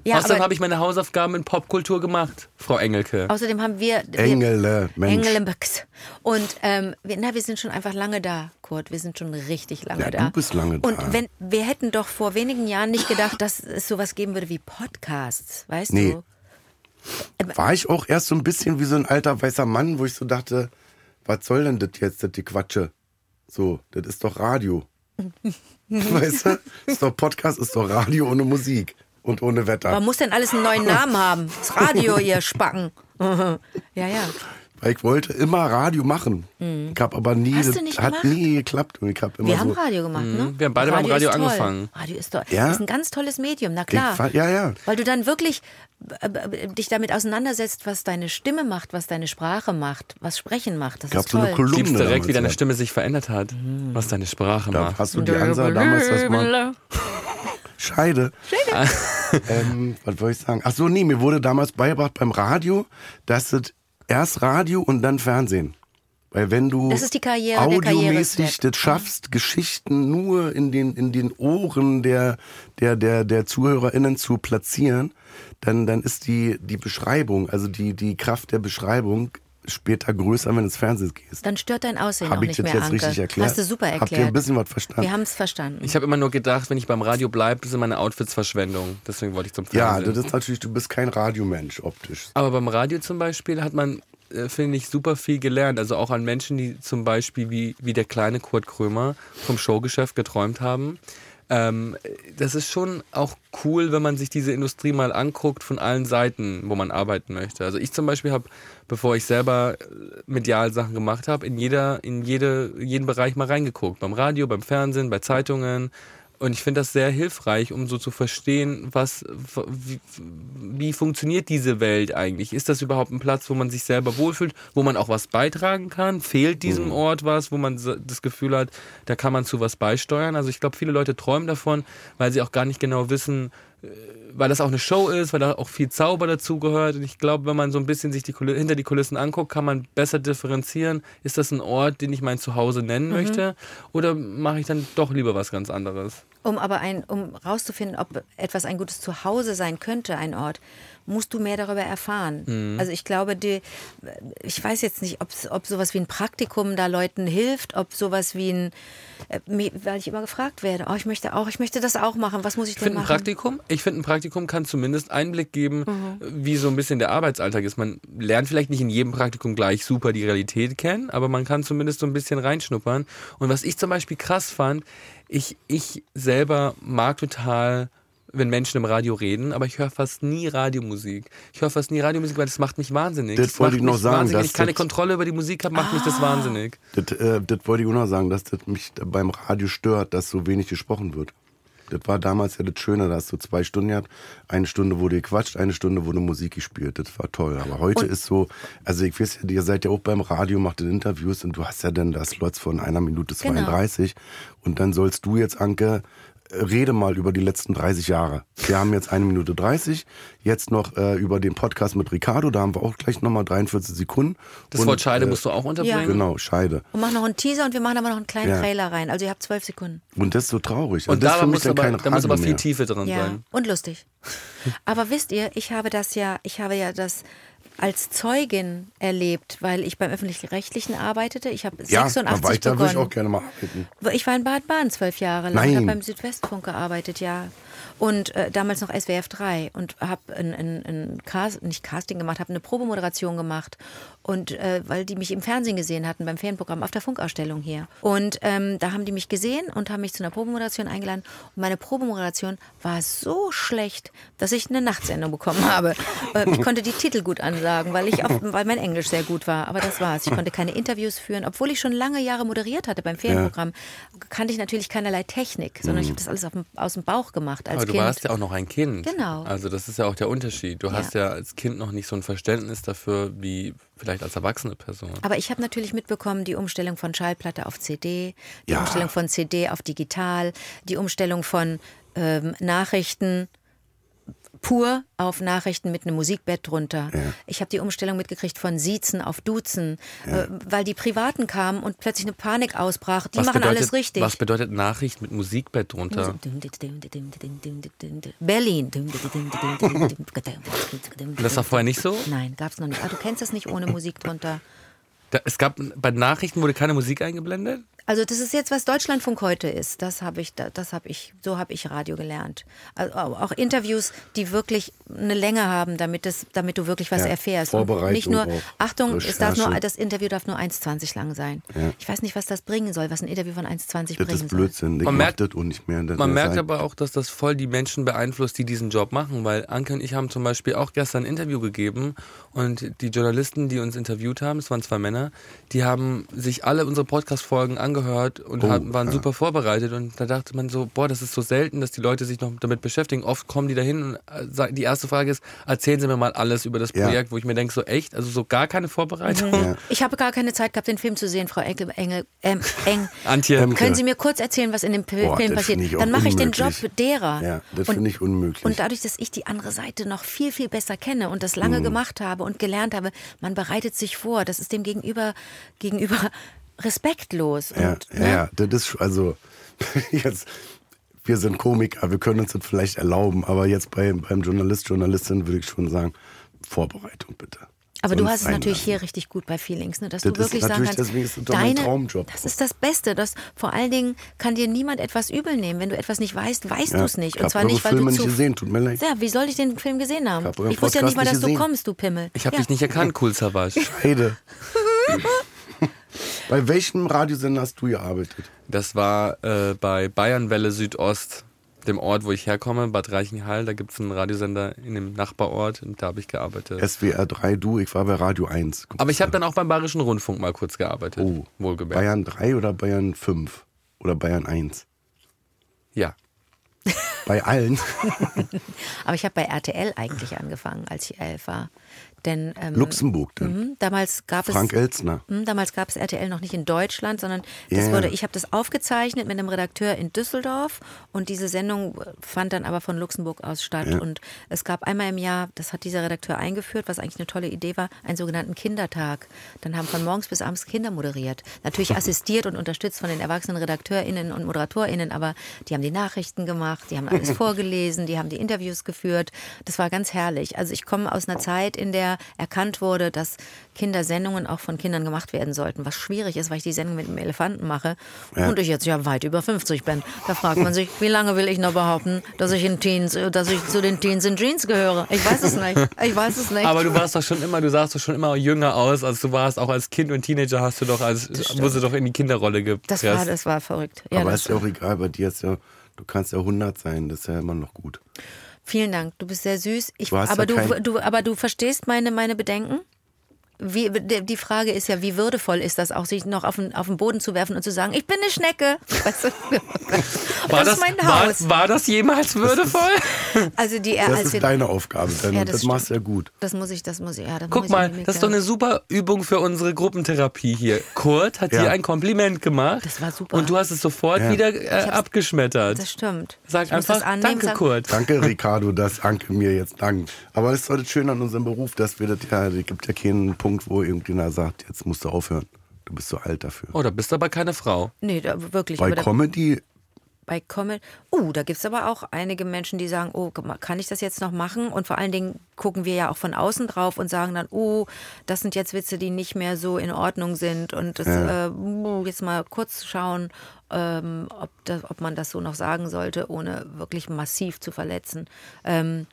D: Ja,
C: Außerdem
D: aber
C: habe ich meine Hausaufgaben in Popkultur gemacht, Frau Engelke.
D: außerdem haben wir... wir-
B: Engele, Mensch.
D: Engel im Büchs. Und ähm, wir, na, wir sind schon einfach lange da, Kurt. Wir sind schon richtig lange
B: Ja, du
D: da.
B: bist lange da.
D: Und wenn, wir hätten doch vor wenigen Jahren nicht gedacht, dass es sowas geben würde wie Podcasts, weißt
B: Nee.
D: du?
B: War ich auch erst so ein bisschen wie so ein alter weißer Mann, wo ich so dachte, was soll denn das jetzt, das die Quatsche? So, das ist doch Radio. weißt du? Ist doch Podcast, ist doch Radio ohne Musik und ohne Wetter.
D: Man muss denn alles einen neuen Namen haben. Das Radio, ihr Spacken. ja, ja.
B: Weil ich wollte immer Radio machen. Ich habe aber nie,
D: Mhm. Hast
B: das
D: du nicht
B: hat
D: gemacht?
B: nie geklappt. Und ich habe immer
D: Wir
B: so,
D: haben Radio gemacht, ne?
C: mhm. wir haben beide beim Radio
D: ist toll.
C: angefangen.
D: Radio ist toll.
B: Ja?
D: Das ist ein ganz tolles Medium, na
B: Ich
D: klar.
B: fa- ja, ja.
D: Weil du dann wirklich äh, äh, dich damit auseinandersetzt, was deine Stimme macht, was deine Sprache macht, was Sprechen macht. Das
B: Ich habe
D: ist
B: so
D: toll.
B: eine Kolumne.
C: Siehst direkt,
B: damals
C: wie deine
B: gehabt.
C: Stimme sich verändert hat, was deine Sprache
B: Da
C: macht.
B: hast du die Ansage damals erstmal. Scheide. ähm, was wollte ich sagen? Ach so, nee, mir wurde damals beigebracht beim Radio, dass es erst Radio und dann Fernsehen. Weil wenn du
D: Das ist die Karriere, der Mhm.
B: audiomäßig
D: Karriere-Step.
B: das schaffst, Geschichten nur in den, in den Ohren der, der, der, der ZuhörerInnen zu platzieren, dann, dann ist die, die Beschreibung, also die, die Kraft der Beschreibung später größer, wenn du ins Fernsehen gehst.
D: Dann stört dein Aussehen
B: Habe
D: auch
B: ich
D: nicht
B: das
D: mehr,
B: jetzt
D: Anke.
B: richtig erklärt?
D: Hast du super erklärt.
B: Habt ihr ein bisschen was verstanden?
D: Wir haben es verstanden.
C: Ich habe immer nur gedacht, wenn ich beim Radio bleibe, sind meine Outfits Verschwendung. Deswegen wollte ich zum
B: Ja,
C: Fernsehen.
B: das ist natürlich, du bist kein Radiomensch optisch.
C: Aber beim Radio zum Beispiel hat man, äh, finde ich, super viel gelernt. Also auch an Menschen, die zum Beispiel wie, wie der kleine Kurt Krömer vom Showgeschäft geträumt haben. Ähm, das ist schon auch cool, wenn man sich diese Industrie mal anguckt von allen Seiten, wo man arbeiten möchte. Also ich zum Beispiel habe, bevor ich selber äh, medial Sachen gemacht habe, in jeder, in jede, jeden Bereich mal reingeguckt. Beim Radio, beim Fernsehen, bei Zeitungen. Und ich finde das sehr hilfreich, um so zu verstehen, was, wie, wie funktioniert diese Welt eigentlich? Ist das überhaupt ein Platz, wo man sich selber wohlfühlt, wo man auch was beitragen kann? Fehlt diesem Ort was, wo man so- das Gefühl hat, da kann man zu was beisteuern? Also ich glaube, viele Leute träumen davon, weil sie auch gar nicht genau wissen, äh, weil das auch eine Show ist, weil da auch viel Zauber dazugehört. Und ich glaube, wenn man so ein bisschen sich die Kuli- hinter die Kulissen anguckt, kann man besser differenzieren, ist das ein Ort, den ich mein Zuhause nennen möchte? Oder mache ich dann doch lieber was ganz anderes?
D: Um aber ein, um rauszufinden, ob etwas ein gutes Zuhause sein könnte, ein Ort, musst du mehr darüber erfahren. Also ich glaube, die, ich weiß jetzt nicht, ob's- ob sowas wie ein Praktikum da Leuten hilft, ob sowas wie ein, äh, mir- weil ich immer gefragt werde, oh, ich möchte auch, ich möchte das auch machen, was muss ich
C: Ich
D: denn
C: finde ein
D: machen?
C: Praktikum, ich finde ein Praktikum kann zumindest Einblick geben,
D: Mhm.
C: wie so ein bisschen der Arbeitsalltag ist. Man lernt vielleicht nicht in jedem Praktikum gleich super die Realität kennen, aber man kann zumindest so ein bisschen reinschnuppern. Und was ich zum Beispiel krass fand, ich, ich selber mag total wenn Menschen im Radio reden, aber ich höre fast nie Radiomusik. Ich höre fast nie Radiomusik, weil das macht mich wahnsinnig.
B: Das wollte
C: macht
B: ich noch
C: mich
B: sagen,
C: Wahnsinnig. Wenn
B: dass
C: ich keine
B: das-
C: Kontrolle über die Musik habe, macht mich
D: Ah.
C: das wahnsinnig.
B: Das, äh, das wollte ich auch noch sagen, dass das mich beim Radio stört, dass so wenig gesprochen wird. Das war damals ja das Schöne, dass du zwei Stunden gehabt, eine Stunde wurde gequatscht, eine Stunde wurde Musik gespielt. Das war toll. Aber heute ist so, also ich weiß ja, ihr seid ja auch beim Radio, macht in Interviews und du hast ja dann da Slots von einer Minute
D: Genau.
B: 32 und dann sollst du jetzt, Anke, äh, rede mal über die letzten 30 Jahre. Wir haben jetzt eine Minute 30, jetzt noch äh, über den Podcast mit Ricardo, da haben wir auch gleich nochmal 43 Sekunden.
C: Das
B: Und,
C: Wort Scheide
B: äh,
C: musst du auch unterbringen.
B: Genau, Scheide.
D: Und machen noch einen Teaser und wir machen aber noch einen kleinen
B: Ja.
D: Trailer rein. Also ihr habt zwölf Sekunden.
B: Und das ist so traurig. Also
C: Und
B: das ist
C: da
B: für mich
C: muss
B: dann
C: aber,
B: kein
C: da muss
B: Radio
C: aber viel
B: mehr.
C: Tiefe drin
D: Ja,
C: sein.
D: und lustig. Aber wisst ihr, ich habe das ja, ich habe ja das als Zeugin erlebt, weil ich beim öffentlich-rechtlichen arbeitete. Ich habe
B: Ja,
D: 86
B: aber ich, da würde
D: begonnen.
B: ich auch gerne mal arbeiten.
D: Ich war in Baden-Baden zwölf Jahre lang.
B: Nein.
D: Ich habe beim Südwestfunk gearbeitet, ja. Und äh, damals noch SWF 3 und habe ein, ein, ein Cast, nicht Casting gemacht, habe eine Probemoderation gemacht. Und äh, weil die mich im Fernsehen gesehen hatten, beim Ferienprogramm auf der Funkausstellung hier. Und ähm, da haben die mich gesehen und haben mich zu einer Probemoderation eingeladen. Und meine Probemoderation war so schlecht, dass ich eine Nachtsendung bekommen habe. Äh, ich konnte die Titel gut ansagen, weil, ich auf, weil mein Englisch sehr gut war. Aber das war's. Ich konnte keine Interviews führen, obwohl ich schon lange Jahre moderiert hatte beim Ferienprogramm. Kannte ich natürlich keinerlei Technik, sondern ich habe das alles auf dem, aus dem Bauch gemacht als
C: Mhm. Aber du
D: Kind.
C: warst ja auch noch ein Kind.
D: Genau.
C: Also das ist ja auch der Unterschied. Du hast ja als Kind noch nicht so ein Verständnis dafür, wie vielleicht als erwachsene Person.
D: Aber ich habe natürlich mitbekommen, die Umstellung von Schallplatte auf CD, die
B: Ja.
D: Umstellung von CD auf digital, die Umstellung von ähm, Nachrichten pur auf Nachrichten mit einem Musikbett drunter. Ich habe die Umstellung mitgekriegt von Siezen auf Duzen, äh, weil die Privaten kamen und plötzlich eine Panik ausbrach. Die machen
C: bedeutet,
D: alles richtig.
C: Was bedeutet Nachricht mit Musikbett drunter?
D: Berlin.
C: Das war vorher nicht so?
D: Nein, gab's noch nicht. Ah, du kennst das nicht ohne Musik drunter.
C: Da, es gab, bei Nachrichten wurde keine Musik eingeblendet?
D: Also das ist jetzt, was Deutschlandfunk heute ist. Das habe ich, da- das habe ich, so habe ich Radio gelernt. Also auch Interviews, die wirklich eine Länge haben, damit das, damit du wirklich was
B: Ja,
D: erfährst. Und
B: Vorbereitung
D: nicht nur,
B: auch,
D: Achtung, es darf nur,
B: Recherche.
D: das Interview darf nur 1,20 lang sein. Ich weiß nicht, was das bringen soll, was ein Interview von 1,20
B: Das
D: bringen
B: ist Blödsinn. Ich
C: Man
B: mach
C: merkt-
B: das und nicht mehr. Das
C: Man
B: ist
C: merkt
B: ein-
C: aber auch, dass das voll die Menschen beeinflusst, die diesen Job machen, weil Anke und ich haben zum Beispiel auch gestern ein Interview gegeben und die Journalisten, die uns interviewt haben, es waren zwei Männer, die haben sich alle unsere Podcast-Folgen angehört und
B: Oh,
C: haben, waren
B: ja.
C: super vorbereitet und da dachte man so, boah, das ist so selten, dass die Leute sich noch damit beschäftigen. Oft kommen die dahin und äh, sagen- die erste Frage ist, erzählen Sie mir mal alles über das
B: Ja.
C: Projekt, wo ich mir denke, so echt, also so gar keine Vorbereitung.
D: soll. Ich habe gar keine Zeit gehabt, den Film zu sehen, Frau Engel, Engel ähm, Eng.
C: Antje,
B: Ähm,
D: Können Sie mir kurz erzählen, was in dem P-
B: Boah, das
D: Film passiert?
B: find ich auch
D: Dann mache ich den Job
B: unmöglich.
D: derer.
B: Ja, das
D: Und-
B: finde ich unmöglich.
D: Und dadurch, dass ich die andere Seite noch viel, viel besser kenne und das
B: Mhm.
D: lange gemacht habe und gelernt habe, man bereitet sich vor. Das ist dem Gegenüber, gegenüber respektlos.
B: ja,
D: und,
B: ja,
D: ne?
B: ja, das ist sch- also jetzt. Wir sind Komiker, wir können uns das vielleicht erlauben, aber jetzt bei, beim Journalist, Journalistin würde ich schon sagen, Vorbereitung bitte.
D: Aber du
B: Sonst
D: hast es
B: sein
D: natürlich
B: lassen.
D: hier richtig gut bei Feelings, ne? dass
B: Das
D: du
B: ist
D: wirklich sagen
B: natürlich-
D: kannst,
B: deswegen ist es doch mein
D: deine,
B: Traumjob.
D: das ist das Beste. Das, vor allen Dingen kann dir niemand etwas übel nehmen. Wenn du etwas nicht weißt, weißt
B: Ja,
D: du es nicht.
B: ich
D: Und
B: hab
D: zwar
B: eure
D: nicht, weil
B: Filme
D: du
B: nicht
D: zu...
B: gesehen, tut mir leid.
D: Ja, wie soll ich den Film gesehen haben?
B: Ich hab euren
D: Ich wusste ja
B: Podcast
D: nicht mal,
B: nicht
D: dass du
B: gesehen.
D: kommst, du Pimmel.
C: Ich habe
D: ja.
C: dich nicht erkannt, cool Savage.
B: Heide. bei welchem Radiosender hast du gearbeitet?
C: Das war äh, bei Bayernwelle Südost, dem Ort, wo ich herkomme, Bad Reichenhall. Da gibt es einen Radiosender in dem Nachbarort und da habe ich gearbeitet.
B: SWR 3, du, ich war bei Radio 1. Guck
C: Aber ich habe dann auch beim Bayerischen Rundfunk mal kurz gearbeitet.
B: Oh,
C: wohlgemerkt.
B: Bayern 3 oder Bayern 5? Oder Bayern 1?
C: Ja.
B: Bei allen.
D: Aber ich habe bei RTL eigentlich angefangen, als ich elf war. Denn ähm,
B: Luxemburg dann.
D: Mhm, Damals gab es
B: Frank Elzner.
D: Mhm, damals gab es RTL noch nicht in Deutschland, sondern das
B: Ja.
D: wurde, ich habe das aufgezeichnet mit einem Redakteur in Düsseldorf und diese Sendung fand dann aber von Luxemburg aus statt. Und es gab einmal im Jahr, das hat dieser Redakteur eingeführt, was eigentlich eine tolle Idee war, einen sogenannten Kindertag. Dann haben von morgens bis abends Kinder moderiert. Natürlich assistiert und unterstützt von den erwachsenen RedakteurInnen und ModeratorInnen, aber die haben die Nachrichten gemacht, die haben alles vorgelesen, die haben die Interviews geführt. Das war ganz herrlich. Also ich komme aus einer Zeit, in der erkannt wurde, dass Kindersendungen auch von Kindern gemacht werden sollten, was schwierig ist, weil ich die Sendung mit einem Elefanten mache und ich jetzt ja weit über 50 bin. Da fragt man sich, wie lange will ich noch behaupten, dass ich in Teens, äh, dass ich zu den Teens in Jeans gehöre? Ich weiß es nicht. Ich weiß es nicht.
C: Aber du warst doch schon immer, du sahst doch schon immer jünger aus, als du warst. Auch als Kind und Teenager hast du doch als, wurdest du doch in die Kinderrolle
D: das
C: gepresst.
D: war, das war verrückt. Ja,
B: Aber
D: das
B: ist ja auch egal, bei dir ist ja Du kannst ja 100 sein, das ist ja immer noch gut.
D: Vielen Dank, du bist sehr süß. Ich,
B: Du hast
D: aber,
B: ja
D: du,
B: kein-
D: du, aber du verstehst meine, meine Bedenken? Wie, die die Frage ist ja, wie würdevoll ist das auch, sich noch auf den, auf den Boden zu werfen und zu sagen, ich bin eine Schnecke. Weißt du?
C: War
D: das ist mein Haus.
C: War, war das jemals würdevoll?
D: Also die,
B: Das
D: als
B: ist deine Aufgabe, dann,
D: Ja,
B: das,
D: das
B: das machst du ja gut.
D: das muss ich, das muss ich, ja, das muss
C: Guck
D: ich
C: mal,
D: irgendwie
C: das ist doch
D: klären.
C: eine super Übung für unsere Gruppentherapie hier. Kurt hat
B: Ja.
C: dir ein Kompliment gemacht.
D: Das war super.
C: Und du hast es sofort
B: Ja.
C: wieder äh,
D: hab's-
C: abgeschmettert.
D: Das stimmt.
C: Sag
D: Ich muss
C: einfach,
D: das annehmen,
C: danke
D: sag-
C: Kurt.
B: Danke, Ricardo, dass Anke mir jetzt dankt. Aber das ist heute schön an unserem Beruf, dass wir das ja, es gibt ja keinen Punkt, wo irgendjemand sagt, jetzt musst du aufhören. Du bist zu alt dafür.
C: Oh, da bist aber keine Frau.
D: Nee, da, wirklich.
B: Bei
D: aber da-
B: Comedy,
D: bei Comment. Uh, da gibt es aber auch einige Menschen, die sagen, oh, guck mal, kann ich das jetzt noch machen? Und vor allen Dingen gucken wir ja auch von außen drauf und sagen dann, oh, das sind jetzt Witze, die nicht mehr so in Ordnung sind. Und das, äh, uh, jetzt mal kurz schauen, ähm, ob, das, ob man das so noch sagen sollte, ohne wirklich massiv zu verletzen. Ähm,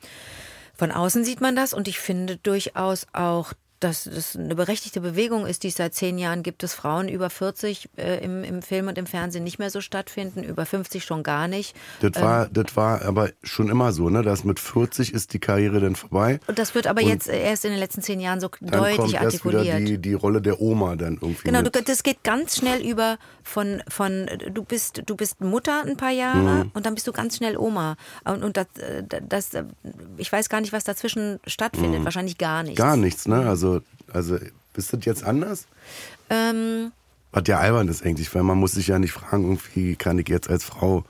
D: von außen sieht man das und ich finde durchaus auch, dass es eine berechtigte Bewegung ist, die es seit zehn Jahren gibt, dass Frauen über 40 äh, im, im Film und im Fernsehen nicht mehr so stattfinden, über 50 schon gar nicht.
B: das,
D: Ähm.
B: war, das war aber schon immer so, ne? dass mit 40 ist die Karriere dann vorbei.
D: Und das wird aber
B: Und
D: jetzt erst in den letzten zehn Jahren so
B: Dann kommt
D: deutlich
B: erst wieder
D: artikuliert.
B: die, die Rolle der Oma dann irgendwie.
D: Genau, du,
B: mit.
D: das geht ganz schnell über von, von du bist du bist Mutter ein paar
B: Mhm.
D: Jahre und dann bist du ganz schnell Oma. Und, und das, äh, das, äh, ich weiß gar nicht, was dazwischen stattfindet. Wahrscheinlich gar nichts.
B: Mhm. Gar nichts, ne? Also, also ist das jetzt anders?
D: Ähm,
B: Was ja albern ist eigentlich, weil man muss sich ja nicht fragen, irgendwie kann ich jetzt als Frau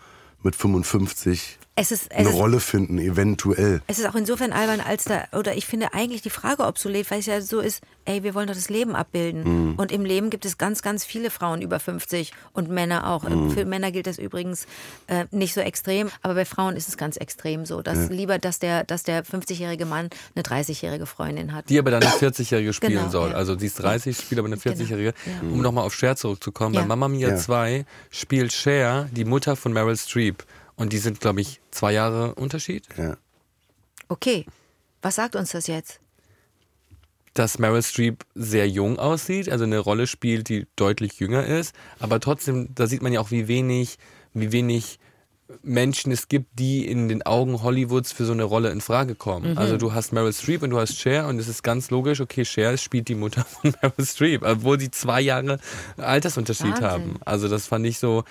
B: mit 55
D: es ist, es
B: eine
D: ist
B: Rolle finden, eventuell.
D: Es ist auch insofern albern, als da, oder ich finde eigentlich die Frage obsolet, weil es ja so ist, ey, wir wollen doch das Leben abbilden.
B: Mhm.
D: Und im Leben gibt es ganz, ganz viele Frauen über 50 und Männer auch.
B: Mhm.
D: Für Männer gilt das übrigens äh, nicht so extrem, aber bei Frauen ist es ganz extrem so. Dass lieber, dass der, dass der 50-jährige Mann eine 30-jährige Freundin hat.
C: Die aber dann eine 40-Jährige spielen
D: Genau,
C: soll.
D: ja. Genau.
C: Also die ist 30, spielt aber eine 40-Jährige. Um nochmal auf Cher zurückzukommen.
D: Ja.
C: Bei Mamma Mia
B: Mhm. Ja.
C: 2 spielt Cher die Mutter von Meryl Streep. Und die sind, glaube ich, zwei Jahre Unterschied.
B: Ja.
D: Okay, was sagt uns das jetzt?
C: dass Meryl Streep sehr jung aussieht, also eine Rolle spielt, die deutlich jünger ist. Aber trotzdem, da sieht man ja auch, wie wenig, wie wenig Menschen es gibt, die in den Augen Hollywoods für so eine Rolle in Frage kommen.
D: Mhm.
C: Also du hast Meryl Streep und du hast Cher und es ist ganz logisch, okay, Cher spielt die Mutter von Meryl Streep, obwohl sie zwei Jahre Altersunterschied
D: Wahnsinn.
C: haben. Also das fand ich so,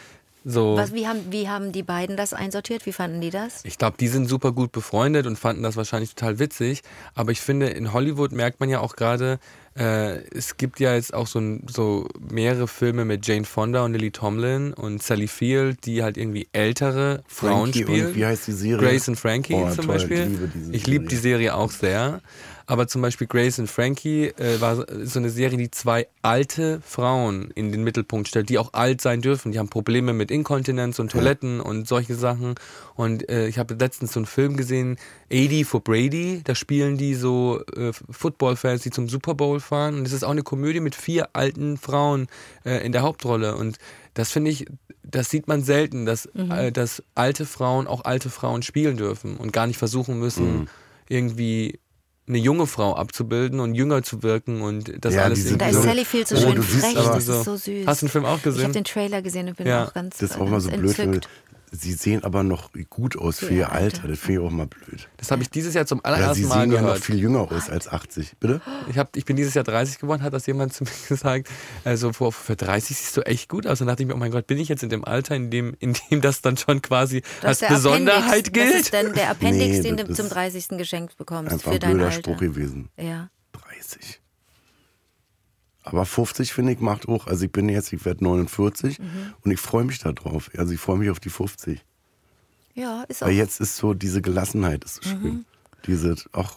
B: Oh.
C: so.
D: Was, wie, haben, wie haben die beiden das einsortiert? Wie fanden die das?
C: Ich glaube, die sind super gut befreundet und fanden das wahrscheinlich total witzig. Aber ich finde, in Hollywood merkt man ja auch gerade, äh, es gibt ja jetzt auch so, ein- so mehrere Filme mit Jane Fonda und Lily Tomlin und Sally Field, die halt irgendwie ältere Frauen
B: Frankie
C: spielen.
B: und wie heißt die Serie?
C: Grace and Frankie
B: Oh,
C: zum
B: toll,
C: Beispiel.
B: ich liebe diese
C: Ich liebe die Serie auch sehr. Aber zum Beispiel Grace and Frankie äh, war so eine Serie, die zwei alte Frauen in den Mittelpunkt stellt, die auch alt sein dürfen. Die haben Probleme mit Inkontinenz und Toiletten und solche Sachen. Und äh, ich habe letztens so einen Film gesehen, 80 for Brady. Da spielen die so äh, Football-Fans, die zum Super Bowl fahren. Und es ist auch eine Komödie mit vier alten Frauen äh, in der Hauptrolle. Und das finde ich, das sieht man selten, dass, äh, dass alte Frauen auch alte Frauen spielen dürfen und gar nicht versuchen müssen, irgendwie eine junge Frau abzubilden und jünger zu wirken und das
B: Ja,
C: alles
B: diese-
C: irgendwie
D: Da ist
B: So-
D: Sally viel so
B: Oh,
D: schön
B: du siehst
D: frech,
B: aber-
D: das ist so süß.
C: Hast du den Film auch
D: Ich habe
C: gesehen?
D: den Trailer gesehen und bin
C: Ja.
D: auch ganz, äh,
B: Das ist auch mal so
D: ganz
B: blöd, wenn,
D: entzückt.
B: sie sehen aber noch gut aus für ihr Alter. Das finde ich auch mal blöd.
C: Das habe ich dieses Jahr zum
B: Ja,
C: allerersten
B: sie sehen
C: Mal
B: ja noch
C: gehört.
B: viel jünger aus als 80. Bitte?
C: Ich, hab, ich bin dieses Jahr 30 geworden, hat das jemand zu mir gesagt. Also vor, für 30 siehst du echt gut aus. Und dachte ich mir, oh mein Gott, bin ich jetzt in dem Alter, in dem, in dem das dann schon quasi
D: Das ist
C: als
D: der
C: Besonderheit
D: Appendix, Das
C: gilt?
D: ist dann der Appendix,
B: Nee,
D: den
B: das
D: du
B: ist
D: zum 30. geschenkt bekommst
B: Einfach
D: für
B: ein
D: dein
B: blöder
D: Alter.
B: Spruch gewesen.
D: Ja.
B: 30. Aber 50 finde ich macht auch. Also ich bin jetzt, ich werde 49
D: Mhm.
B: und ich freue mich darauf. Also ich freue mich auf die 50.
D: ja, ist auch.
B: Weil jetzt ist so diese Gelassenheit ist so
D: Mhm.
B: schön. Diese, ach,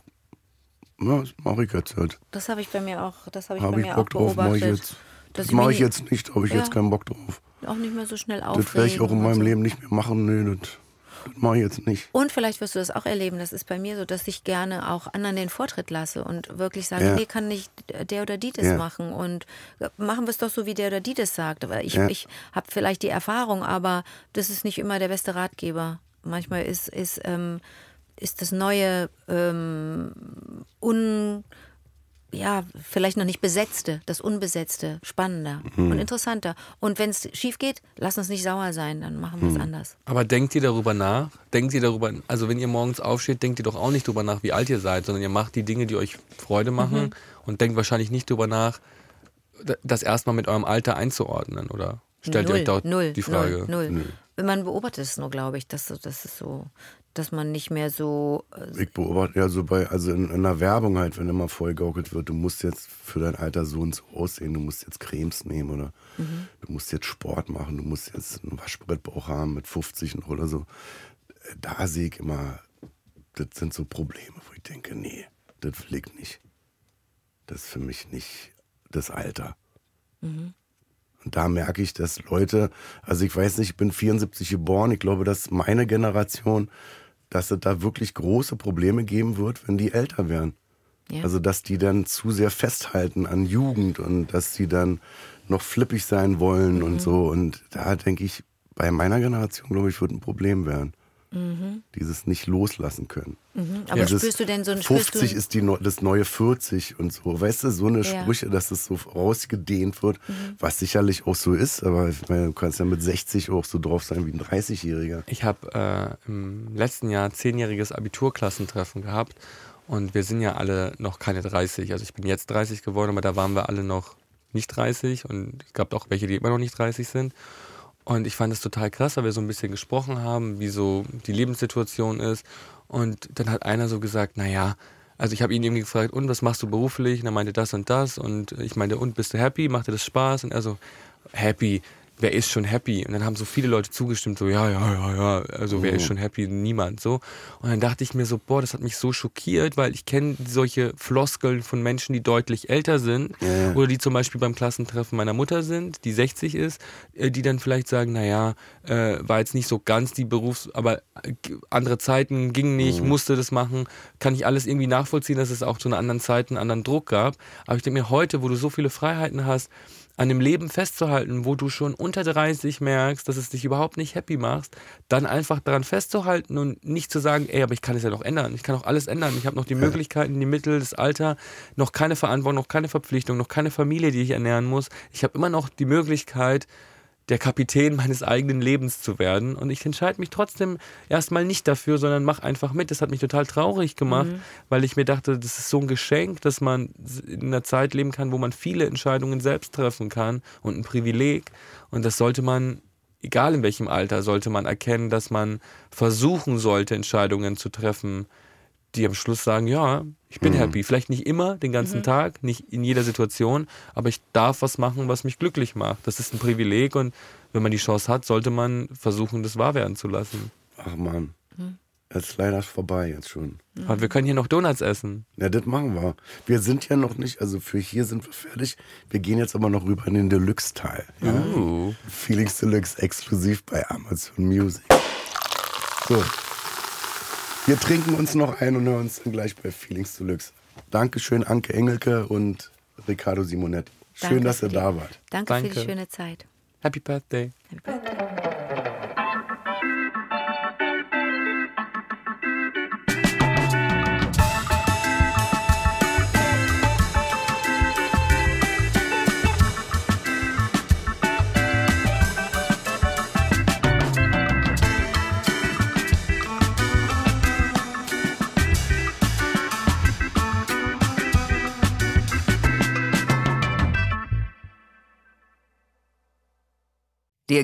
B: ja, das mache ich jetzt halt.
D: Das habe ich bei mir auch, das habe ich bei
B: Habe ich
D: mir
B: Bock
D: auch
B: drauf, mache ich
D: beobachtet.
B: jetzt.
D: dass
B: Das mache
D: mich
B: ich jetzt nicht, habe ich
D: Ja.
B: jetzt keinen Bock drauf.
D: auch nicht mehr so schnell aufregen.
B: Das werde ich auch in
D: und
B: meinem
D: so.
B: Leben nicht mehr machen. Nee, das, das mache ich jetzt nicht.
D: Und vielleicht wirst du das auch erleben, das ist bei mir so, dass ich gerne auch anderen den Vortritt lasse und wirklich sage,
B: Ja.
D: nee, kann nicht der oder die das
B: Ja.
D: machen und äh, machen wir es doch so, wie der oder die das sagt. Aber Ich,
B: Ja.
D: ich habe vielleicht die Erfahrung, aber das ist nicht immer der beste Ratgeber. Manchmal ist, ist, ähm, ist das neue ähm, un ja, vielleicht noch nicht besetzte, das Unbesetzte, spannender
B: Hm.
D: und interessanter. Und wenn es schief geht, lass uns nicht sauer sein, dann machen
B: Hm.
D: wir es anders.
C: Aber denkt ihr darüber nach? Denkt ihr darüber, also wenn ihr morgens aufsteht, denkt ihr doch auch nicht darüber nach, wie alt ihr seid, sondern ihr macht die Dinge, die euch Freude
D: Mhm.
C: machen und denkt wahrscheinlich nicht darüber nach, d- das erstmal mit eurem Alter einzuordnen, oder? Stellt
D: null,
C: ihr euch dort
D: null,
C: die Frage?
D: Null, null. Man beobachtet es nur, glaube ich, dass, so- dass es so, dass man nicht mehr so äh,
B: Ich beobachte ja so bei, also in, in der Werbung halt, wenn immer vollgaukelt wird, du musst jetzt für dein Alter so und so aussehen, du musst jetzt Cremes nehmen oder du musst jetzt Sport machen, du musst jetzt einen Waschbrettbauch haben mit 50 noch oder so. Da sehe ich immer, das sind so Probleme, wo ich denke, nee, das will ich nicht. Das ist für mich nicht das Alter.
D: Mhm.
B: Und da merke ich, dass Leute, also ich weiß nicht, ich bin 74 geboren, ich glaube, dass meine Generation, dass es da wirklich große Probleme geben wird, wenn die älter werden.
D: Ja.
B: Also dass die dann zu sehr festhalten an Jugend und dass sie dann noch flippig sein wollen
D: Mhm.
B: und so. Und da denke ich, bei meiner Generation, glaube ich, wird ein Problem werden. Dieses nicht loslassen können.
D: Mhm. aber spürst du denn so ein- spürst du
B: 50
D: ein-
B: ist die, neu- das neue 40 und so. Weißt du, so eine
D: Ja.
B: Sprüche, dass es so rausgedehnt wird, was sicherlich auch so ist, aber ich meine, du kannst ja mit 60 auch so drauf sein wie ein 30-Jähriger.
C: Ich habe äh, im letzten Jahr zehnjähriges Abiturklassentreffen gehabt und wir sind ja alle noch keine 30. Also ich bin jetzt 30 geworden, aber da waren wir alle noch nicht 30 und es gab auch welche, die immer noch nicht 30 sind. Und ich fand es total krass, weil wir so ein bisschen gesprochen haben, wie so die Lebenssituation ist. Und dann hat einer so gesagt, naja, also ich habe ihn eben gefragt, und was machst du beruflich? Und er meinte das und das. Und ich meinte, und bist du happy? Macht dir das Spaß? Und er so, happy. Wer ist schon happy? Und dann haben so viele Leute zugestimmt, so, ja, ja, ja, ja, also wer ist schon happy? Niemand, so. Und dann dachte ich mir so, boah, das hat mich so schockiert, weil ich kenne solche Floskeln von Menschen, die deutlich älter sind oder die zum Beispiel beim Klassentreffen meiner Mutter sind, die 60 ist, äh, die dann vielleicht sagen, naja, äh, war jetzt nicht so ganz die Berufs-, aber äh, g- andere Zeiten ging nicht, musste das machen, kann ich alles irgendwie nachvollziehen, dass es auch zu einer anderen Zeit einen anderen Druck gab. Aber ich denke mir, heute, wo du so viele Freiheiten hast, an dem Leben festzuhalten, wo du schon unter 30 merkst, dass es dich überhaupt nicht happy macht, dann einfach daran festzuhalten und nicht zu sagen, ey, aber ich kann es ja noch ändern, ich kann auch alles ändern, ich habe noch die Möglichkeiten, die Mittel, das Alter, noch keine Verantwortung, noch keine Verpflichtung, noch keine Familie, die ich ernähren muss. Ich habe immer noch die Möglichkeit, der Kapitän meines eigenen Lebens zu werden. Und ich entscheide mich trotzdem erstmal nicht dafür, sondern mach einfach mit. Das hat mich total traurig gemacht, weil ich mir dachte, das ist so ein Geschenk, dass man s- in einer Zeit leben kann, wo man viele Entscheidungen selbst treffen kann und ein Privileg. Und das sollte man, egal in welchem Alter, sollte man erkennen, dass man versuchen sollte, Entscheidungen zu treffen, die am Schluss sagen, ja, ich bin happy. Vielleicht nicht immer, den ganzen Tag, nicht in jeder Situation, aber ich darf was machen, was mich glücklich macht. Das ist ein Privileg und wenn man die Chance hat, sollte man versuchen, das wahr werden zu lassen.
B: Ach man, jetzt ist leider vorbei jetzt schon.
C: Aber wir können hier noch Donuts essen.
B: Ja, das machen wir. Wir sind ja noch nicht, also für hier sind wir fertig. Wir gehen jetzt aber noch rüber in den Deluxe-Teil. Ja?
C: Uh.
B: Felix Deluxe exklusiv bei Amazon Music. So. Wir trinken uns noch ein und hören uns dann gleich bei Feelings Deluxe. Dankeschön, Anke Engelke und Riccardo Simonetti. Schön,
D: Danke
B: dass
D: für
B: ihr
D: die-
B: da wart.
D: Danke, für
C: Danke.
D: die schöne Zeit.
C: Happy Birthday.
D: Happy birthday.
A: Dir